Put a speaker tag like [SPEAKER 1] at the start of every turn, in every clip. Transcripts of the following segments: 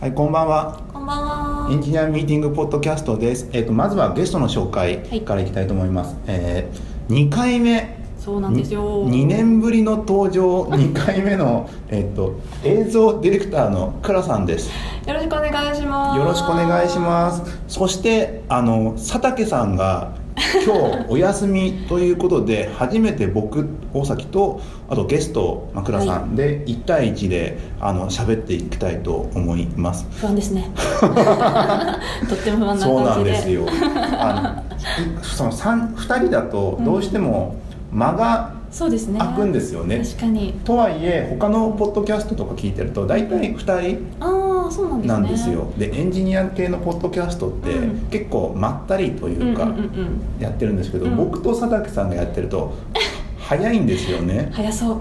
[SPEAKER 1] はい、こんばんは。
[SPEAKER 2] こんばんは。
[SPEAKER 1] エンジニアミーティングポッドキャストです。えっ、と、まずはゲストの紹介からいきたいと思います。えー、2回目。
[SPEAKER 2] そうなんですよ。
[SPEAKER 1] 2年ぶりの登場、2回目の、 えっと、映像ディレクターの倉さんです。
[SPEAKER 2] よろしくお願いします。
[SPEAKER 1] よろしくお願いします。そして、あの、佐竹さん が、今日お休みということで初めて僕大崎とあとゲストまあ倉さんで1対1であの喋っていきたいと思います。
[SPEAKER 2] す。不安で すね。とっても不安な
[SPEAKER 1] そうな
[SPEAKER 2] 感
[SPEAKER 1] ん
[SPEAKER 2] じで。
[SPEAKER 1] です よあのその三2人だとどうしても間が
[SPEAKER 2] そうですね。
[SPEAKER 1] 空くんですよね、
[SPEAKER 2] 確かに。
[SPEAKER 1] とはいえ他のポッドキャストとか聞いてると大体2
[SPEAKER 2] ああ、そうなんで
[SPEAKER 1] 人
[SPEAKER 2] すね。
[SPEAKER 1] なんです。よで,、エンジニア系のポッドキャストって
[SPEAKER 2] うん
[SPEAKER 1] 結構まったりと
[SPEAKER 2] うんう
[SPEAKER 1] い
[SPEAKER 2] ん
[SPEAKER 1] う
[SPEAKER 2] うんう
[SPEAKER 1] か
[SPEAKER 2] ん。
[SPEAKER 1] やってるんですけど、
[SPEAKER 2] うん
[SPEAKER 1] 僕と佐竹さんがやってると早いんですよね
[SPEAKER 2] 早そう。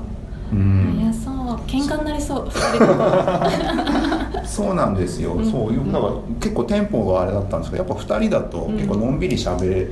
[SPEAKER 1] うん
[SPEAKER 2] 早そう。喧嘩になりそう。二人とも
[SPEAKER 1] そうなんですよ、
[SPEAKER 2] うん
[SPEAKER 1] そういうだから結構テンポがあれだったんですけどやっぱ2人だと結構のんびりしゃべ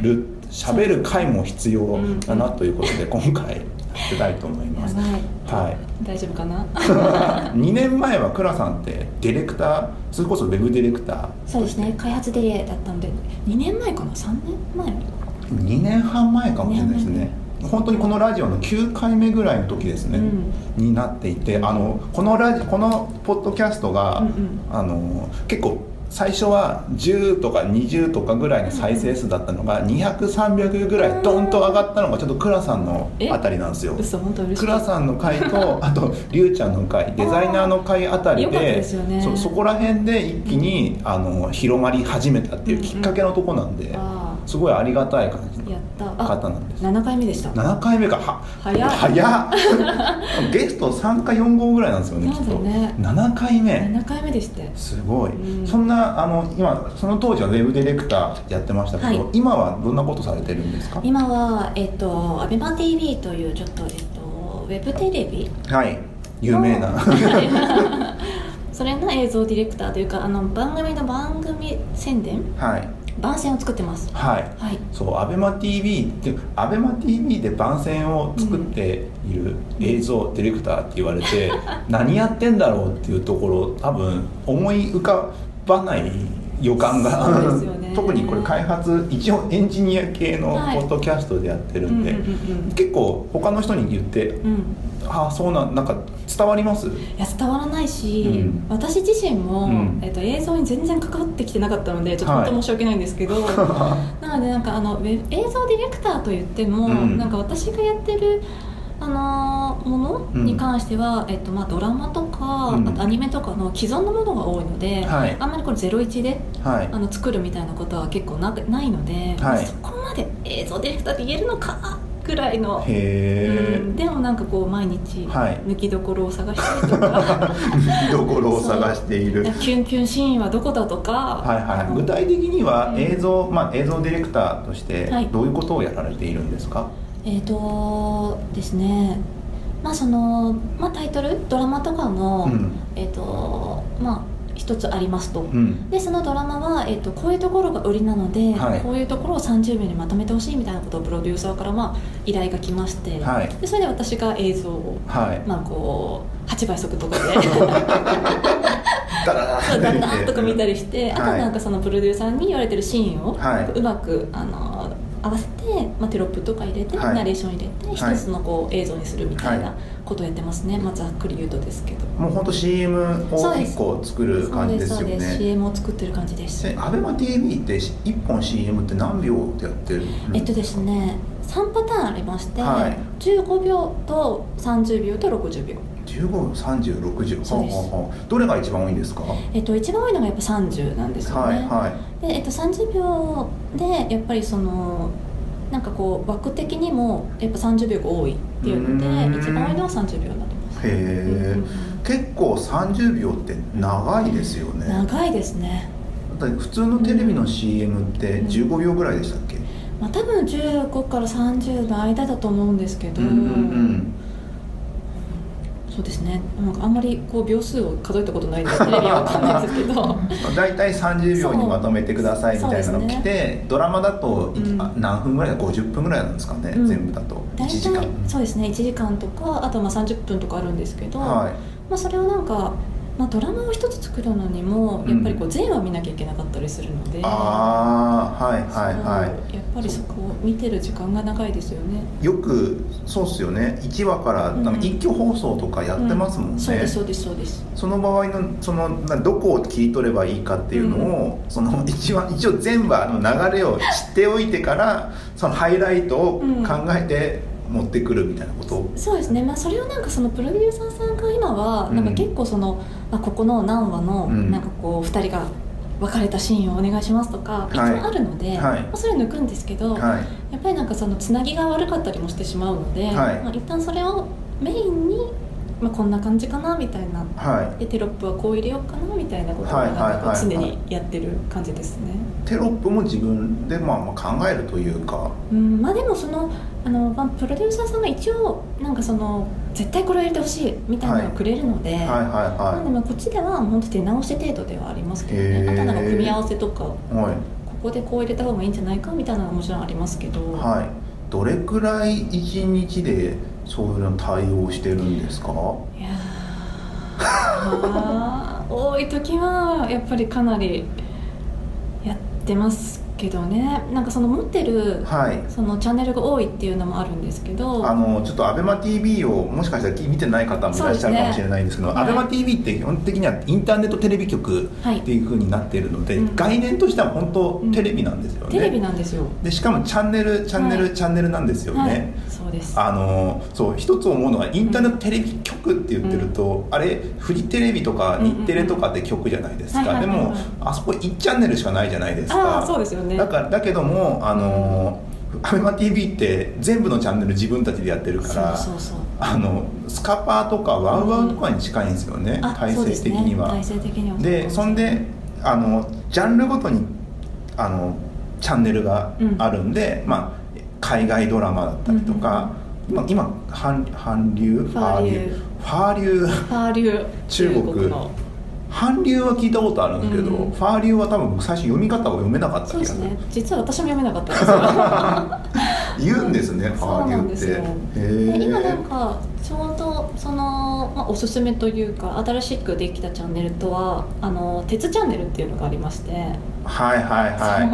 [SPEAKER 1] るしゃべる回も必要だなということで今回やってたいと思います、
[SPEAKER 2] やば
[SPEAKER 1] はい
[SPEAKER 2] い。大丈夫かな。
[SPEAKER 1] 2年前は倉さんってディレクターそれこそウェブディレクター
[SPEAKER 2] そうですね。開発デレイだったんで、二年前かな、三年前。
[SPEAKER 1] 2年半前かもしれないですね本当にこのラジオの9回目ぐらいの時ですね、
[SPEAKER 2] うん
[SPEAKER 1] になっていてあのこのラジこのポッドキャストが、
[SPEAKER 2] うんうん
[SPEAKER 1] あの結構最初は10とか20とかぐらいの再生数だったのが200300ぐらいドンと上がったのがちょっと倉さんの
[SPEAKER 2] え
[SPEAKER 1] あたりなんですよ
[SPEAKER 2] 嘘、本当嬉しい。
[SPEAKER 1] 倉さんの回 とあとりゅうちゃんの回デザイナーの回あたり
[SPEAKER 2] よかった
[SPEAKER 1] で
[SPEAKER 2] ですよね
[SPEAKER 1] そそこら辺で一気に、あの広まり始めたっていうきっかけのとこなんで、
[SPEAKER 2] あ
[SPEAKER 1] すごいありがたい感じ
[SPEAKER 2] あ、やった。
[SPEAKER 1] の方
[SPEAKER 2] あ、
[SPEAKER 1] なんです
[SPEAKER 2] 七回目でした。
[SPEAKER 1] 7回目かは
[SPEAKER 2] 早っ
[SPEAKER 1] っゲスト3か4号ぐらいなんですよねきっ
[SPEAKER 2] そ
[SPEAKER 1] と
[SPEAKER 2] うだね
[SPEAKER 1] 7回目
[SPEAKER 2] 七回目でして。
[SPEAKER 1] すごい、
[SPEAKER 2] うん
[SPEAKER 1] そんなあの今その当時はウェブディレクターやってましたけど、
[SPEAKER 2] はい
[SPEAKER 1] 今はどんなことされてるんですか
[SPEAKER 2] 今は、えっと、アベマ t v というちょっと、えっと、ウェブテレビ
[SPEAKER 1] はい有名な
[SPEAKER 2] それの映像ディレクターというかあの番組の番組宣伝
[SPEAKER 1] はい
[SPEAKER 2] 番宣を作ってます
[SPEAKER 1] はい
[SPEAKER 2] はい
[SPEAKER 1] そうアベマ t v ってアベマ t v で番宣を作っている映像ディレクターって言われ て、何やってんだろうっていうところ多分思い浮かばない予感が
[SPEAKER 2] そうですよね
[SPEAKER 1] 特にこれ開発一応エンジニア系のポ
[SPEAKER 2] はい
[SPEAKER 1] ッドキャストでやってるんで、
[SPEAKER 2] うんうんうん
[SPEAKER 1] 結構他の人に言って
[SPEAKER 2] うん、うん、
[SPEAKER 1] ああそうなんなんか伝わり ます
[SPEAKER 2] いや伝わらないし、
[SPEAKER 1] うん
[SPEAKER 2] 私自身も、
[SPEAKER 1] うん
[SPEAKER 2] えっと、映像に全然関わってきてなかったのでちょっと本当申し訳ないんで すけど、なのでなんかあのウェブ映像ディレクターといっても、
[SPEAKER 1] うん
[SPEAKER 2] なんか私がやってるあのーも
[SPEAKER 1] う
[SPEAKER 2] の
[SPEAKER 1] ん
[SPEAKER 2] に関しては、えっとまあ、ドラマとか、
[SPEAKER 1] うん
[SPEAKER 2] あとアニメとかの既存のものが多いので、
[SPEAKER 1] はい
[SPEAKER 2] あんまりこれ01で
[SPEAKER 1] はい
[SPEAKER 2] あの作るみたいなことは結構なないので、
[SPEAKER 1] はい
[SPEAKER 2] そこまで映像ディレクターって言えるのかぐらいの、
[SPEAKER 1] へ
[SPEAKER 2] う
[SPEAKER 1] え
[SPEAKER 2] んでもなんかこう毎日
[SPEAKER 1] はい
[SPEAKER 2] 抜きどころを探したりとか
[SPEAKER 1] 見どころを探している
[SPEAKER 2] キュンキュンシーンはどこだとか、
[SPEAKER 1] はいはい、具
[SPEAKER 2] あの
[SPEAKER 1] 体的には
[SPEAKER 2] うん
[SPEAKER 1] 映像、まあ、映像ディレクターとして
[SPEAKER 2] はい
[SPEAKER 1] どういうことをやられているんですか、
[SPEAKER 2] えっ、とですねまあその、まあ、タイトルドラマとかも、
[SPEAKER 1] うん
[SPEAKER 2] えっ、とまあ一つありますと。
[SPEAKER 1] うん
[SPEAKER 2] でそのドラマは、えっとこういうところが売りなので、
[SPEAKER 1] はい
[SPEAKER 2] こういうところを30秒にまとめてほしいみたいなことをプロデューサーからまあ依頼が来まして、
[SPEAKER 1] はい
[SPEAKER 2] でそれで私が映像を、
[SPEAKER 1] はい
[SPEAKER 2] まあ、こう8倍速とかで
[SPEAKER 1] ダラ
[SPEAKER 2] そうだ んだんとか見たりして、あと
[SPEAKER 1] はい
[SPEAKER 2] なんかそのプロデューサーに言われてるシーンを、
[SPEAKER 1] はいう
[SPEAKER 2] まくあの合わせて、まあ、テロップとか入れて、
[SPEAKER 1] はい
[SPEAKER 2] ナレーション入れて
[SPEAKER 1] はい
[SPEAKER 2] 一つのこう映像にするみたい
[SPEAKER 1] は
[SPEAKER 2] ないことをやってますね、まあ、ざっくり言うとですけど。
[SPEAKER 1] もうほんと CM
[SPEAKER 2] そ
[SPEAKER 1] を
[SPEAKER 2] うです
[SPEAKER 1] 一個作る感じですよ
[SPEAKER 2] そうですそうです
[SPEAKER 1] ね
[SPEAKER 2] CM を作ってる感じです
[SPEAKER 1] え ABEMATV って1本 CM って何秒でやってる
[SPEAKER 2] えっとですね3パターンありまして、
[SPEAKER 1] はい
[SPEAKER 2] 15秒と30秒と60秒
[SPEAKER 1] 15分3060
[SPEAKER 2] そうです
[SPEAKER 1] どれが一番多いんですかは
[SPEAKER 2] えっと一番多いのがやっぱ30なんで
[SPEAKER 1] い
[SPEAKER 2] すよね、
[SPEAKER 1] は
[SPEAKER 2] で、えっと、30秒でやっぱりそのなんかこう枠的にもやっぱ30秒が多いっていうの
[SPEAKER 1] うーん
[SPEAKER 2] で一番多いのは30秒になってます
[SPEAKER 1] いへえ結構30秒って長いですよね
[SPEAKER 2] 長いですね、
[SPEAKER 1] だって普通のテレビの CM って15秒ぐらいでしたっけ、
[SPEAKER 2] まあ、多分15から30の間だと思うんですけど、
[SPEAKER 1] うんうんうん
[SPEAKER 2] そうですねなんかあんまりこう秒数を数えたこと ないんでテレビは分かんないですけど
[SPEAKER 1] 大体30秒にまとめてくださいみたいなの
[SPEAKER 2] そう
[SPEAKER 1] 来て、ドラマだと、い
[SPEAKER 2] うん
[SPEAKER 1] あ何分ぐらいだ50分ぐらいなんですかね、
[SPEAKER 2] うん
[SPEAKER 1] 全部だと1
[SPEAKER 2] 大
[SPEAKER 1] 時間
[SPEAKER 2] 体そうですね1時間とかあとまあ30分とかあるんですけど、
[SPEAKER 1] は
[SPEAKER 2] まあ、それをなんかまあ、ドラマを一つ作るのにも
[SPEAKER 1] うん
[SPEAKER 2] やっぱりこう全話見なきゃいけなかったりするので、
[SPEAKER 1] ああはいはいはい
[SPEAKER 2] そうやっぱりそこを見てる時間が長いですよね
[SPEAKER 1] よくそうっすよね1話から、
[SPEAKER 2] うん
[SPEAKER 1] 多分一挙放送とかやってますもんね、
[SPEAKER 2] うそうですそうですそうです
[SPEAKER 1] その場合のそのなどこを切り取ればいいかっていうのを、その 一話一応全部あの流れを知っておいてからそのハイライトを考えて持ってくるみたいなこと、
[SPEAKER 2] そうですね、まあ、それをなんかそのプロデューサーさんが今はなんか結構その、まあ、ここの何話の
[SPEAKER 1] うん
[SPEAKER 2] なんかこう2人が別れたシーンをお願いしますと
[SPEAKER 1] はい
[SPEAKER 2] かいつもあるので、
[SPEAKER 1] はい
[SPEAKER 2] まあ、それを抜くんですけど、
[SPEAKER 1] はい
[SPEAKER 2] やっぱりなんかそのつなぎが悪かったりもしてしまうので、
[SPEAKER 1] はい
[SPEAKER 2] まあ、一旦それをメインに、まあ、こんな感じかなみたいな
[SPEAKER 1] は
[SPEAKER 2] でテロップはこう入れようかなみたいなことを
[SPEAKER 1] はい
[SPEAKER 2] なんかこう
[SPEAKER 1] はい
[SPEAKER 2] 常
[SPEAKER 1] はいはい
[SPEAKER 2] にやってる感じですね。
[SPEAKER 1] い、テロップも自分で、まあ、まあ考えるというか
[SPEAKER 2] うんまあ、でもそのあの、まあ、プロデューサーさんが一応なんかその絶対これを入れてほしいみたいなのをくれるので、
[SPEAKER 1] はいはい
[SPEAKER 2] なんで
[SPEAKER 1] は
[SPEAKER 2] まあこっちでは本当手直し程度ではありますけど
[SPEAKER 1] へ
[SPEAKER 2] ね
[SPEAKER 1] ー
[SPEAKER 2] あとなんか組み合わせとかこ
[SPEAKER 1] いはい、
[SPEAKER 2] こでこう入れた方がいいんじゃないかみたいなのはもちろんありますけど、
[SPEAKER 1] はい、どれくらい1日でそういうの対応してるんですか
[SPEAKER 2] い、やー 多い時はやっぱりかなりやってますけどねなんかその持ってる
[SPEAKER 1] はい
[SPEAKER 2] そのチャンネルが多いっていうのもあるんですけど
[SPEAKER 1] あのちょっとアベマ t v をもしかしたら見てない方もいらっしゃるかもしれないんですけど
[SPEAKER 2] そうです
[SPEAKER 1] アベ
[SPEAKER 2] ね
[SPEAKER 1] マ t v って基本的にはインターネットテレビ局
[SPEAKER 2] はい
[SPEAKER 1] っていう風になっているので、
[SPEAKER 2] うん
[SPEAKER 1] 概念としては本当
[SPEAKER 2] うん
[SPEAKER 1] テレビなんですよね、
[SPEAKER 2] テレビなんですよ。
[SPEAKER 1] でしかもチャンネルチャンネル、
[SPEAKER 2] はい
[SPEAKER 1] チャンネルなんですよね、
[SPEAKER 2] はい、そうです。
[SPEAKER 1] あのそう一つ思うのはインターネットテレビ局って言ってると、あれフジテレビとか日テレとかって局じゃないですか、
[SPEAKER 2] うんうんうんはい
[SPEAKER 1] で
[SPEAKER 2] はいはい
[SPEAKER 1] も
[SPEAKER 2] はい
[SPEAKER 1] あそこ1チャンネルしかないじゃないですか
[SPEAKER 2] ああそうですよね。
[SPEAKER 1] だからだけどもあのアベマ t v って全部のチャンネル自分たちでやってるから
[SPEAKER 2] そうそうそう。
[SPEAKER 1] あのスカパーとかワウワウとかに近いんですよね、
[SPEAKER 2] あ
[SPEAKER 1] 体
[SPEAKER 2] そうで
[SPEAKER 1] 制
[SPEAKER 2] す
[SPEAKER 1] 的には
[SPEAKER 2] ね、体制的には
[SPEAKER 1] でそんであのジャンルごとにあのチャンネルがあるんで、まあ、海外ドラマだったりとか、今今韓韓流
[SPEAKER 2] ファー流
[SPEAKER 1] ファー流
[SPEAKER 2] ファー流
[SPEAKER 1] 中国
[SPEAKER 2] の
[SPEAKER 1] 韓流は聞いたことあるんですけど、
[SPEAKER 2] うん
[SPEAKER 1] ファー流は多分僕最初読み方が読めなかった
[SPEAKER 2] そう
[SPEAKER 1] 気が
[SPEAKER 2] ですす
[SPEAKER 1] る
[SPEAKER 2] ね実は私も読めなかったん
[SPEAKER 1] 言うんですね、
[SPEAKER 2] うん
[SPEAKER 1] ファー流って
[SPEAKER 2] そう
[SPEAKER 1] へ
[SPEAKER 2] なん ですよで今なん
[SPEAKER 1] え
[SPEAKER 2] かちょうどその、まあ、おすすめというか新しくできたチャンネルとはあの鉄チャンネルっていうのがありまして、
[SPEAKER 1] はいはい
[SPEAKER 2] そ
[SPEAKER 1] は
[SPEAKER 2] の
[SPEAKER 1] い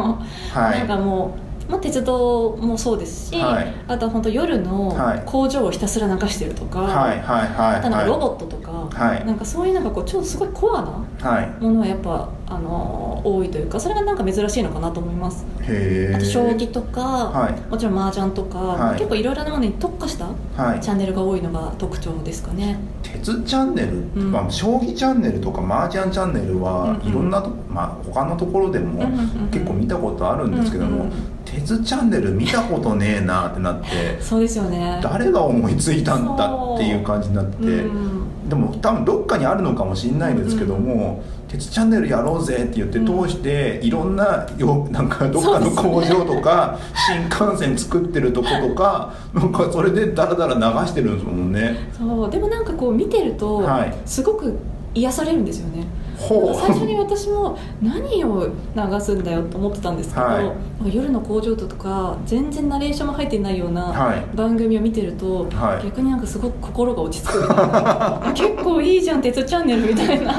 [SPEAKER 1] は
[SPEAKER 2] なん
[SPEAKER 1] い
[SPEAKER 2] かもう、まあ、鉄道もそうですし、
[SPEAKER 1] はい
[SPEAKER 2] あとは本当夜
[SPEAKER 1] はい
[SPEAKER 2] の工場をひたすら流してるとか、
[SPEAKER 1] はいはい
[SPEAKER 2] あとなんか
[SPEAKER 1] はい
[SPEAKER 2] ロ
[SPEAKER 1] は
[SPEAKER 2] ボットとか、
[SPEAKER 1] はい
[SPEAKER 2] なんかそういうなんかこうちょっとすごいコアない
[SPEAKER 1] は
[SPEAKER 2] ものはやっぱ、あのー多いというかそれがなんか珍しいのかなと思います
[SPEAKER 1] いへえ
[SPEAKER 2] あと将棋とか、
[SPEAKER 1] はい
[SPEAKER 2] もちろん麻雀とか、
[SPEAKER 1] はい
[SPEAKER 2] 結構いろいろなものに特化した
[SPEAKER 1] はい
[SPEAKER 2] チャンネルが多いのが特徴ですかね
[SPEAKER 1] 鉄チャンネル、
[SPEAKER 2] うん
[SPEAKER 1] まあ、将棋チャンネルとか麻雀チャンネルは
[SPEAKER 2] うんうん
[SPEAKER 1] いろんなと、まあ、他のところでも
[SPEAKER 2] うんうんうん
[SPEAKER 1] 結構見たことあるんですけども、
[SPEAKER 2] うんうん
[SPEAKER 1] 鉄チャンネル見たことねえなってなって
[SPEAKER 2] そうですよね
[SPEAKER 1] 誰が思いついたんだっていう感じになって、
[SPEAKER 2] うん
[SPEAKER 1] でも多分どっかにあるのかもしれないですけども、鉄チャンネルやろうぜって言って
[SPEAKER 2] うん
[SPEAKER 1] 通して、いろんなよなんかどっかの工場とか、新幹線作ってるとことかなんかそれでダラダラ流してるんですもんね。
[SPEAKER 2] そうでもなんかこう見てると、
[SPEAKER 1] はい
[SPEAKER 2] すごく癒されるんですよね
[SPEAKER 1] ほう
[SPEAKER 2] 最初に私も何を流すんだよと思ってたんですけど、
[SPEAKER 1] はい
[SPEAKER 2] なんか夜の工場とか全然ナレーションも入ってないような
[SPEAKER 1] はい
[SPEAKER 2] 番組を見てると、
[SPEAKER 1] はい
[SPEAKER 2] 逆になんかすごく心が落ち着くみたいな 結構いいじゃん鉄チャンネルみたいな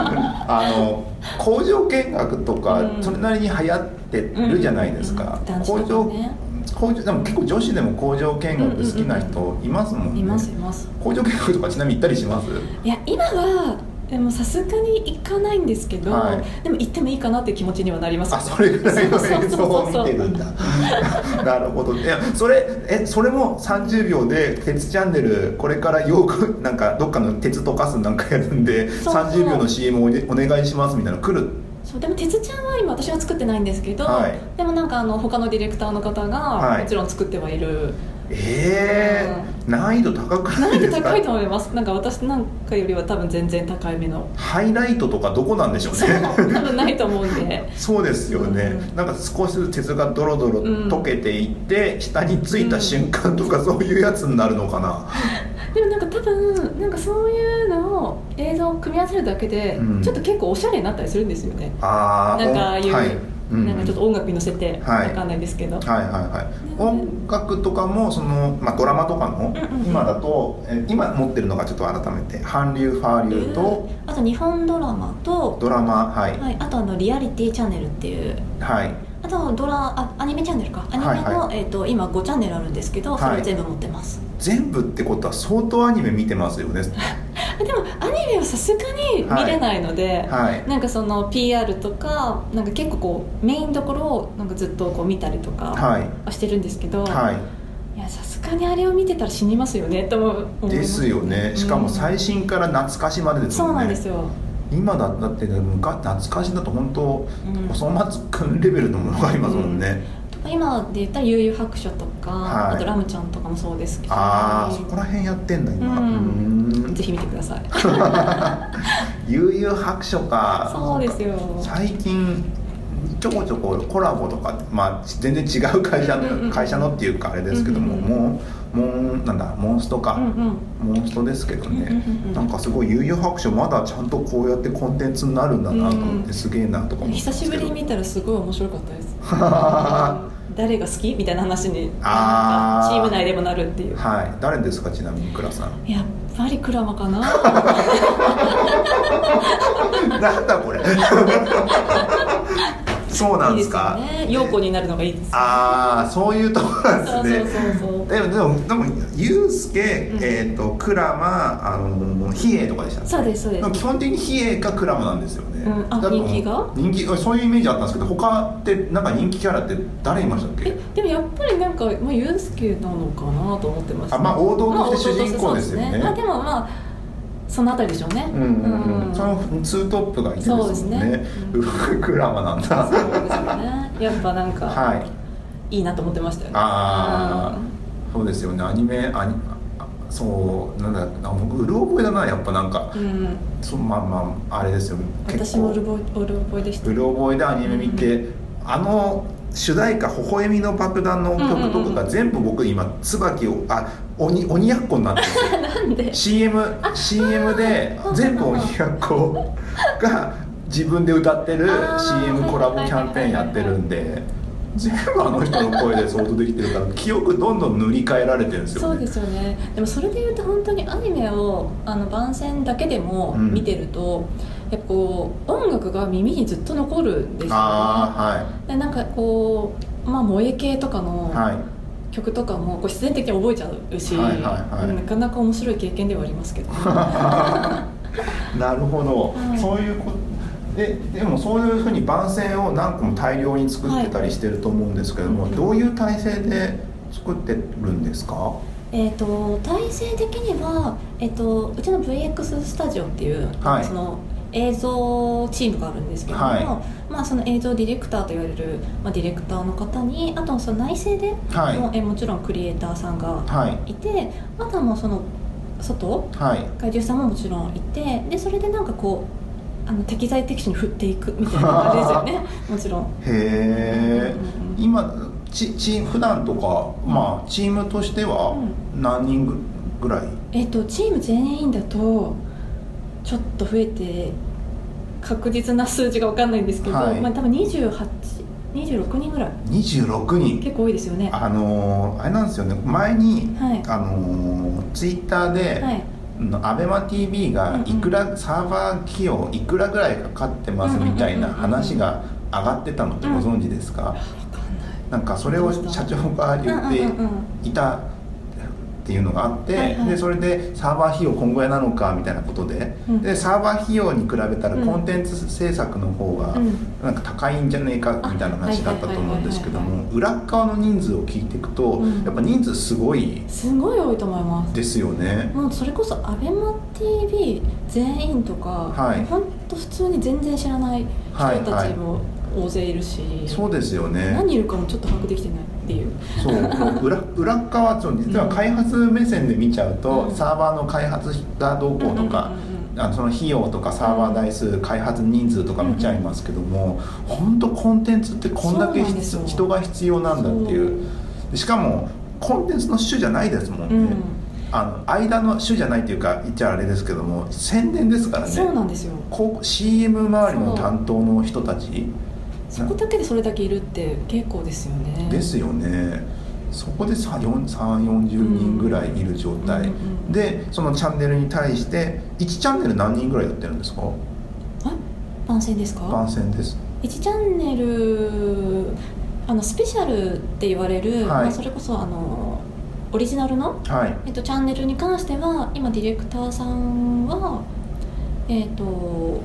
[SPEAKER 1] あの工場見学とか、
[SPEAKER 2] うん
[SPEAKER 1] それなりに流行ってるじゃないですか、
[SPEAKER 2] うんうんうん
[SPEAKER 1] 工
[SPEAKER 2] 男子
[SPEAKER 1] 場
[SPEAKER 2] とかね
[SPEAKER 1] 工場でも結構女子でも工場見学好きな人いますもんね、
[SPEAKER 2] いますいます
[SPEAKER 1] 工場見学とかちなみに行ったりします
[SPEAKER 2] いや今はでもさすがに行かないんですけど、
[SPEAKER 1] はい
[SPEAKER 2] でも行ってもいいかなって気持ちにはなります
[SPEAKER 1] あそれぐらいの映像を見てるん
[SPEAKER 2] そうそうそう
[SPEAKER 1] だ なるほどいやそれえそれも30秒で「鉄チャンネル」これからよくなんかどっかの鉄とかすなんかやるんで
[SPEAKER 2] そうそう
[SPEAKER 1] 30秒の CM をお願いしますみたいなの来る
[SPEAKER 2] そうでも鉄ちゃんは今私は作ってないんですけど、
[SPEAKER 1] はい
[SPEAKER 2] でもなんかあの他のディレクターの方
[SPEAKER 1] は
[SPEAKER 2] が
[SPEAKER 1] い
[SPEAKER 2] もちろん作ってはいる、
[SPEAKER 1] ええー難易度高くな
[SPEAKER 2] 難
[SPEAKER 1] い
[SPEAKER 2] 易
[SPEAKER 1] で
[SPEAKER 2] 度
[SPEAKER 1] すか
[SPEAKER 2] 高いと思い ますなんか私なんかよりは多分全然高い目の
[SPEAKER 1] ハイライトとかどこなんでしょう
[SPEAKER 2] そう
[SPEAKER 1] ね
[SPEAKER 2] 多分ないと思うんで
[SPEAKER 1] そうですよね、
[SPEAKER 2] うん
[SPEAKER 1] なんか少しずつ鉄がドロドロ
[SPEAKER 2] うん
[SPEAKER 1] 溶けていって、下についた瞬間とかそういうやつになるのかな、
[SPEAKER 2] でもなんか多分なんかそういうのを映像を組み合わせるだけで、
[SPEAKER 1] うん
[SPEAKER 2] ちょっと結構おしゃれになったりするんですよね
[SPEAKER 1] ああ
[SPEAKER 2] なんかああいう、
[SPEAKER 1] はいうん
[SPEAKER 2] なんかちょっと音楽に乗せて
[SPEAKER 1] はい
[SPEAKER 2] わかんないですけど、
[SPEAKER 1] はいはいはい、音楽とかもその、まあ、ドラマとかの
[SPEAKER 2] うんうん
[SPEAKER 1] 今だと、えー今持ってるのがちょっと改めて韓流ファー
[SPEAKER 2] って
[SPEAKER 1] リ
[SPEAKER 2] い
[SPEAKER 1] ュ
[SPEAKER 2] う
[SPEAKER 1] ーと
[SPEAKER 2] あと日本ドラマと、
[SPEAKER 1] ドラマはい
[SPEAKER 2] はい、あとあのリアリティチャンネルっていう
[SPEAKER 1] はい
[SPEAKER 2] あとドラあアニメチャンネルかアニメの、
[SPEAKER 1] はいは
[SPEAKER 2] えー、と今5チャンネルあるんですけどそ
[SPEAKER 1] は
[SPEAKER 2] れ
[SPEAKER 1] い
[SPEAKER 2] 全部持ってます、
[SPEAKER 1] 全部ってことは相当アニメ見てますよね
[SPEAKER 2] でもアニメはさすがに見れないので、
[SPEAKER 1] はい
[SPEAKER 2] なんかその PR とかなんか結構こうメインどころをなんかずっとこう見たりとか
[SPEAKER 1] はい
[SPEAKER 2] してるんですけど、
[SPEAKER 1] はい
[SPEAKER 2] い、やさすがにあれを見てたら死にますよねとも思います
[SPEAKER 1] ですよねしかも
[SPEAKER 2] うん
[SPEAKER 1] 最新から懐かしまでです
[SPEAKER 2] そう
[SPEAKER 1] も
[SPEAKER 2] なんんで
[SPEAKER 1] ね
[SPEAKER 2] すよ、
[SPEAKER 1] 今だだって昔懐かしだと本当
[SPEAKER 2] うん
[SPEAKER 1] おそ松くんレベルのものがありますもんね、
[SPEAKER 2] 今で言ったら悠々白書とか、
[SPEAKER 1] はい
[SPEAKER 2] あとラムちゃんとかもそうですけど
[SPEAKER 1] ああそこら辺やってんだ今
[SPEAKER 2] うん
[SPEAKER 1] ーん
[SPEAKER 2] ぜひ見てください
[SPEAKER 1] 悠々白書か
[SPEAKER 2] そうですよ
[SPEAKER 1] 最近ちょこちょこコラボとか、まあ、全然違う会社の、
[SPEAKER 2] うんうんうん
[SPEAKER 1] 会社のっていうかあれですけども、
[SPEAKER 2] うん
[SPEAKER 1] もうもうなんだモンストか、
[SPEAKER 2] うんうん
[SPEAKER 1] モンストですけどね、
[SPEAKER 2] うんうんうん
[SPEAKER 1] なんかすごい悠々白書まだちゃんとこうやってコンテンツになるんだなと思って、
[SPEAKER 2] うん
[SPEAKER 1] すげえなとか思って
[SPEAKER 2] 久しぶりに見たらすごい面白かったです 誰が好きみたいな話に
[SPEAKER 1] あー
[SPEAKER 2] なんかチーム内でもなるっていう
[SPEAKER 1] はい誰ですかちなみに倉さん
[SPEAKER 2] やっぱりクラマかな
[SPEAKER 1] なんだこれそうなんですか
[SPEAKER 2] いいですよね陽子になるのがいいです
[SPEAKER 1] ああそういうとこなんですね
[SPEAKER 2] そうそうそう
[SPEAKER 1] でもでもでもユうスケ、
[SPEAKER 2] うん
[SPEAKER 1] えっ、とクラマあの比叡とかでしたっけ
[SPEAKER 2] そうですそうです
[SPEAKER 1] も基本的に比叡かクラマなんですよね、
[SPEAKER 2] うんあ
[SPEAKER 1] だと
[SPEAKER 2] 人気が
[SPEAKER 1] 人気あそういうイメージあったんですけど他ってなんか人気キャラって誰いましたっけ
[SPEAKER 2] えでもやっぱりなんか、まあ、ユースケなのかなと思ってました
[SPEAKER 1] あまあ王道として主人公
[SPEAKER 2] まあ
[SPEAKER 1] ですよね,、
[SPEAKER 2] まあでもまあそのあたりでしょうね
[SPEAKER 1] うんうんう、
[SPEAKER 2] うんん
[SPEAKER 1] そのツートップがいいです
[SPEAKER 2] そう
[SPEAKER 1] も
[SPEAKER 2] です
[SPEAKER 1] ん
[SPEAKER 2] ね
[SPEAKER 1] ね
[SPEAKER 2] う
[SPEAKER 1] うクラマなん
[SPEAKER 2] そうで
[SPEAKER 1] だ
[SPEAKER 2] すよねやっぱなんか、
[SPEAKER 1] はい
[SPEAKER 2] い、いなと思ってましたよね
[SPEAKER 1] ああ
[SPEAKER 2] うん
[SPEAKER 1] そうですよねアニメアニあそうなんだあ僕うる覚えだなやっぱなんか
[SPEAKER 2] うん、
[SPEAKER 1] そうまあまああれですよ
[SPEAKER 2] 私もオルボイオルボイでした
[SPEAKER 1] う
[SPEAKER 2] う
[SPEAKER 1] ろ覚えでアニメ見て、あの主題歌「微笑みの爆弾」の曲とかが全部僕今椿をあ鬼鬼やっこになってる
[SPEAKER 2] なんで
[SPEAKER 1] CM, CM で
[SPEAKER 2] あー
[SPEAKER 1] 全部鬼やっこが自分で歌ってる
[SPEAKER 2] あー
[SPEAKER 1] CM コラボキャンペーンやってるんで全部あの人の声で相当できてる から記憶どんどん塗り替えられてるんです
[SPEAKER 2] そ
[SPEAKER 1] よ
[SPEAKER 2] うで
[SPEAKER 1] ね
[SPEAKER 2] すよねでもそれで言うと本当にアニメをあの番宣だけでも
[SPEAKER 1] うん
[SPEAKER 2] 見てると、やっぱこう音楽が耳にずっと残るんですよ
[SPEAKER 1] あ
[SPEAKER 2] ねでなんかこうまあ萌え系とか
[SPEAKER 1] あ
[SPEAKER 2] の
[SPEAKER 1] はいはい
[SPEAKER 2] 曲とかもこう必然的に覚えちゃうし、
[SPEAKER 1] はいはいはい
[SPEAKER 2] なかなか面白い経験ではありますけ ど、ね、
[SPEAKER 1] なるほど、
[SPEAKER 2] はい
[SPEAKER 1] そういうことででもそういうふうに番宣を何個も大量に作ってたりしてると思うんですけども、
[SPEAKER 2] はい
[SPEAKER 1] どういう体制で作ってるんですか、
[SPEAKER 2] えー、と体制的には、えー、とうちの VX スタジオっていう、
[SPEAKER 1] はい
[SPEAKER 2] その映像チームがあるんですけども、
[SPEAKER 1] はい
[SPEAKER 2] まあ、その映像ディレクターと言われる、まあ、ディレクターの方にあとその内製でも、
[SPEAKER 1] はい
[SPEAKER 2] えもちろんクリエイターさんが
[SPEAKER 1] はい
[SPEAKER 2] いてあとはもうその外
[SPEAKER 1] はい
[SPEAKER 2] 外流さんももちろんいてでそれでなんかこうあの適材適所に振っていくみたいな感 じですよねもちろん。
[SPEAKER 1] へえ
[SPEAKER 2] うんうんうん
[SPEAKER 1] 今ちチーム普段とか、まあ、チームとしては何人ぐぐらい
[SPEAKER 2] えっとチーム全員だとちょっと増えて確実な数字が分かんないんですけど、
[SPEAKER 1] はい
[SPEAKER 2] まあ多分28 26人ぐらい
[SPEAKER 1] 26人
[SPEAKER 2] 結構多いですよねは
[SPEAKER 1] あのーあれなんですよね前に、
[SPEAKER 2] い
[SPEAKER 1] あのーツイッターで、
[SPEAKER 2] はい
[SPEAKER 1] アベマ t v
[SPEAKER 2] うん
[SPEAKER 1] が
[SPEAKER 2] うん
[SPEAKER 1] いくら、サーバー費用いくらぐらいかかってますみたいな
[SPEAKER 2] うんうんうんうん
[SPEAKER 1] 話が上がってたのってご存知ですか、
[SPEAKER 2] 分かんない
[SPEAKER 1] なんかそれを社長が言
[SPEAKER 2] うんうん
[SPEAKER 1] っ
[SPEAKER 2] うん
[SPEAKER 1] ていたっていうのがあって、
[SPEAKER 2] はいはい
[SPEAKER 1] でそれでサーバー費用こんぐらいなのかみたいなことで、
[SPEAKER 2] うん
[SPEAKER 1] でサーバー費用に比べたら
[SPEAKER 2] うん
[SPEAKER 1] コンテンツ制作の方が
[SPEAKER 2] うん
[SPEAKER 1] なんか高いんじゃねえかみたいな話だったと思うんですけど
[SPEAKER 2] はいはい
[SPEAKER 1] も裏側の人数を聞いていくと、
[SPEAKER 2] うん
[SPEAKER 1] やっぱ人数すごい
[SPEAKER 2] すごい多いと思います
[SPEAKER 1] ですよね。
[SPEAKER 2] もうそれこそアベマ t v 全員とか、
[SPEAKER 1] はい
[SPEAKER 2] ほんと普通に全然知らない
[SPEAKER 1] はい
[SPEAKER 2] 人たちも大勢いるし、
[SPEAKER 1] そうですよね
[SPEAKER 2] 何いるかもちょっと把握できてないっていう
[SPEAKER 1] そう裏裏っ側ちょ実は開発目線で見ちゃうと、
[SPEAKER 2] うん
[SPEAKER 1] サーバーの開発がどうこうとか
[SPEAKER 2] うんうんうんうん
[SPEAKER 1] あのその費用とかサーバー台数開発人数とか見ちゃいますけども本当コンテンツってこんだけ
[SPEAKER 2] そうなんです
[SPEAKER 1] 必
[SPEAKER 2] よ
[SPEAKER 1] 人が必要なんだっていうでしかもコンテンツの主じゃないですもんね、
[SPEAKER 2] うん
[SPEAKER 1] あの間の主じゃないっていうか言っちゃあれですけども宣伝ですからね
[SPEAKER 2] そうなんですよ
[SPEAKER 1] こう CM 周りの担当の人たち
[SPEAKER 2] そこだけでそれだけいるって結構ですよね
[SPEAKER 1] ですよねそこで3 4 3 4 0人ぐらいいる状態、
[SPEAKER 2] うんうんうん
[SPEAKER 1] でそのチャンネルに対して1チャンネル何人ぐらいやってるんですか
[SPEAKER 2] 番宣ですか
[SPEAKER 1] 番宣です
[SPEAKER 2] 1チャンネルあのスペシャルって言われる、
[SPEAKER 1] はい
[SPEAKER 2] まあ、それこそあのオリジナルの、
[SPEAKER 1] はい
[SPEAKER 2] えっと、チャンネルに関しては今ディレクターさんはえっと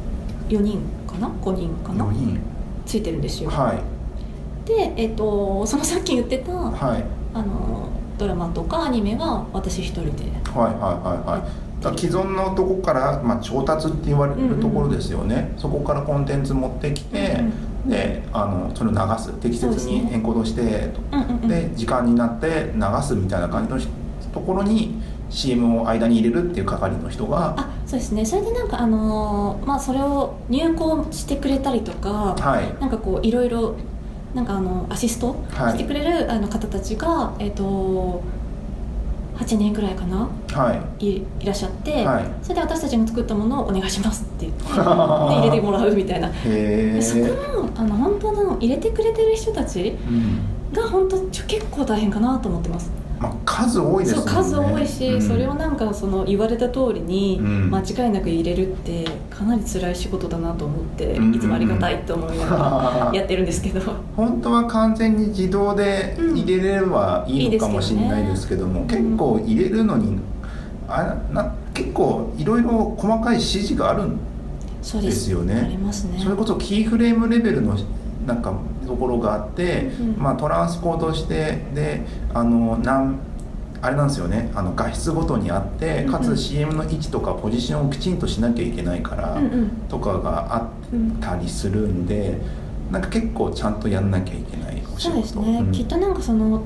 [SPEAKER 2] 4人かな5人かな
[SPEAKER 1] 4人
[SPEAKER 2] ついてるんですよ
[SPEAKER 1] はい
[SPEAKER 2] で、えっと、そのさっき言ってたあ
[SPEAKER 1] はい
[SPEAKER 2] のドラマとかアニメは私一人で
[SPEAKER 1] はいはいはいはいだから既存のとこから、まあ、調達って言われるところですよね、そこからコンテンツ持ってきて、であのそれを流す適
[SPEAKER 2] そうで
[SPEAKER 1] 切
[SPEAKER 2] すね
[SPEAKER 1] にエンコードしてと
[SPEAKER 2] うんうんうんうん
[SPEAKER 1] で時間になって流すみたいな感じのひところに CM を間に入れるっていう係の人が
[SPEAKER 2] あそうですねそれでなんかあのーまあそれを入稿してくれたりとか
[SPEAKER 1] はい
[SPEAKER 2] なんかこういろいろなんかあのアシスト
[SPEAKER 1] はい
[SPEAKER 2] してくれる、あの方たちがえっ、と8人ぐらいかな
[SPEAKER 1] はい
[SPEAKER 2] いらっしゃって、
[SPEAKER 1] はい
[SPEAKER 2] それで私たちの作ったものをお願いしますって 言ってで入れてもらうみたいない
[SPEAKER 1] へえ
[SPEAKER 2] でそこもあの本当の入れてくれてる人たち
[SPEAKER 1] うん
[SPEAKER 2] が本当ちょ結構大変かなと思ってます
[SPEAKER 1] まあ、数多いです
[SPEAKER 2] そ
[SPEAKER 1] も
[SPEAKER 2] うん
[SPEAKER 1] ね
[SPEAKER 2] 数多いし、
[SPEAKER 1] うん
[SPEAKER 2] それを なんかその言われた通りに
[SPEAKER 1] うん
[SPEAKER 2] 間違いなく入れるってかなり辛い仕事だなと思って、
[SPEAKER 1] うんうんうん
[SPEAKER 2] いつもありがたいと思いながらやってるんですけど
[SPEAKER 1] 本当は完全に自動で入れれればいいのかもしれないですけども、
[SPEAKER 2] すけどね
[SPEAKER 1] 結構入れるのにあな結構いろいろ細かい指示があるん
[SPEAKER 2] そう
[SPEAKER 1] で
[SPEAKER 2] ですす
[SPEAKER 1] よね
[SPEAKER 2] ありますね
[SPEAKER 1] それこそキーフレームレベルのなんかところがあって、
[SPEAKER 2] うん
[SPEAKER 1] まあ、トランスコードしてであのなんあれなんですよねあの画質ごとにあってか
[SPEAKER 2] うんう
[SPEAKER 1] つ
[SPEAKER 2] ん
[SPEAKER 1] CM の位置とかポジションをきちんとしなきゃいけないから、
[SPEAKER 2] うんうん
[SPEAKER 1] とかがあったりするんでなんか結構ちゃんとやんなきゃいけないお仕
[SPEAKER 2] そう
[SPEAKER 1] 事
[SPEAKER 2] ですね、
[SPEAKER 1] うん
[SPEAKER 2] きっとなんかその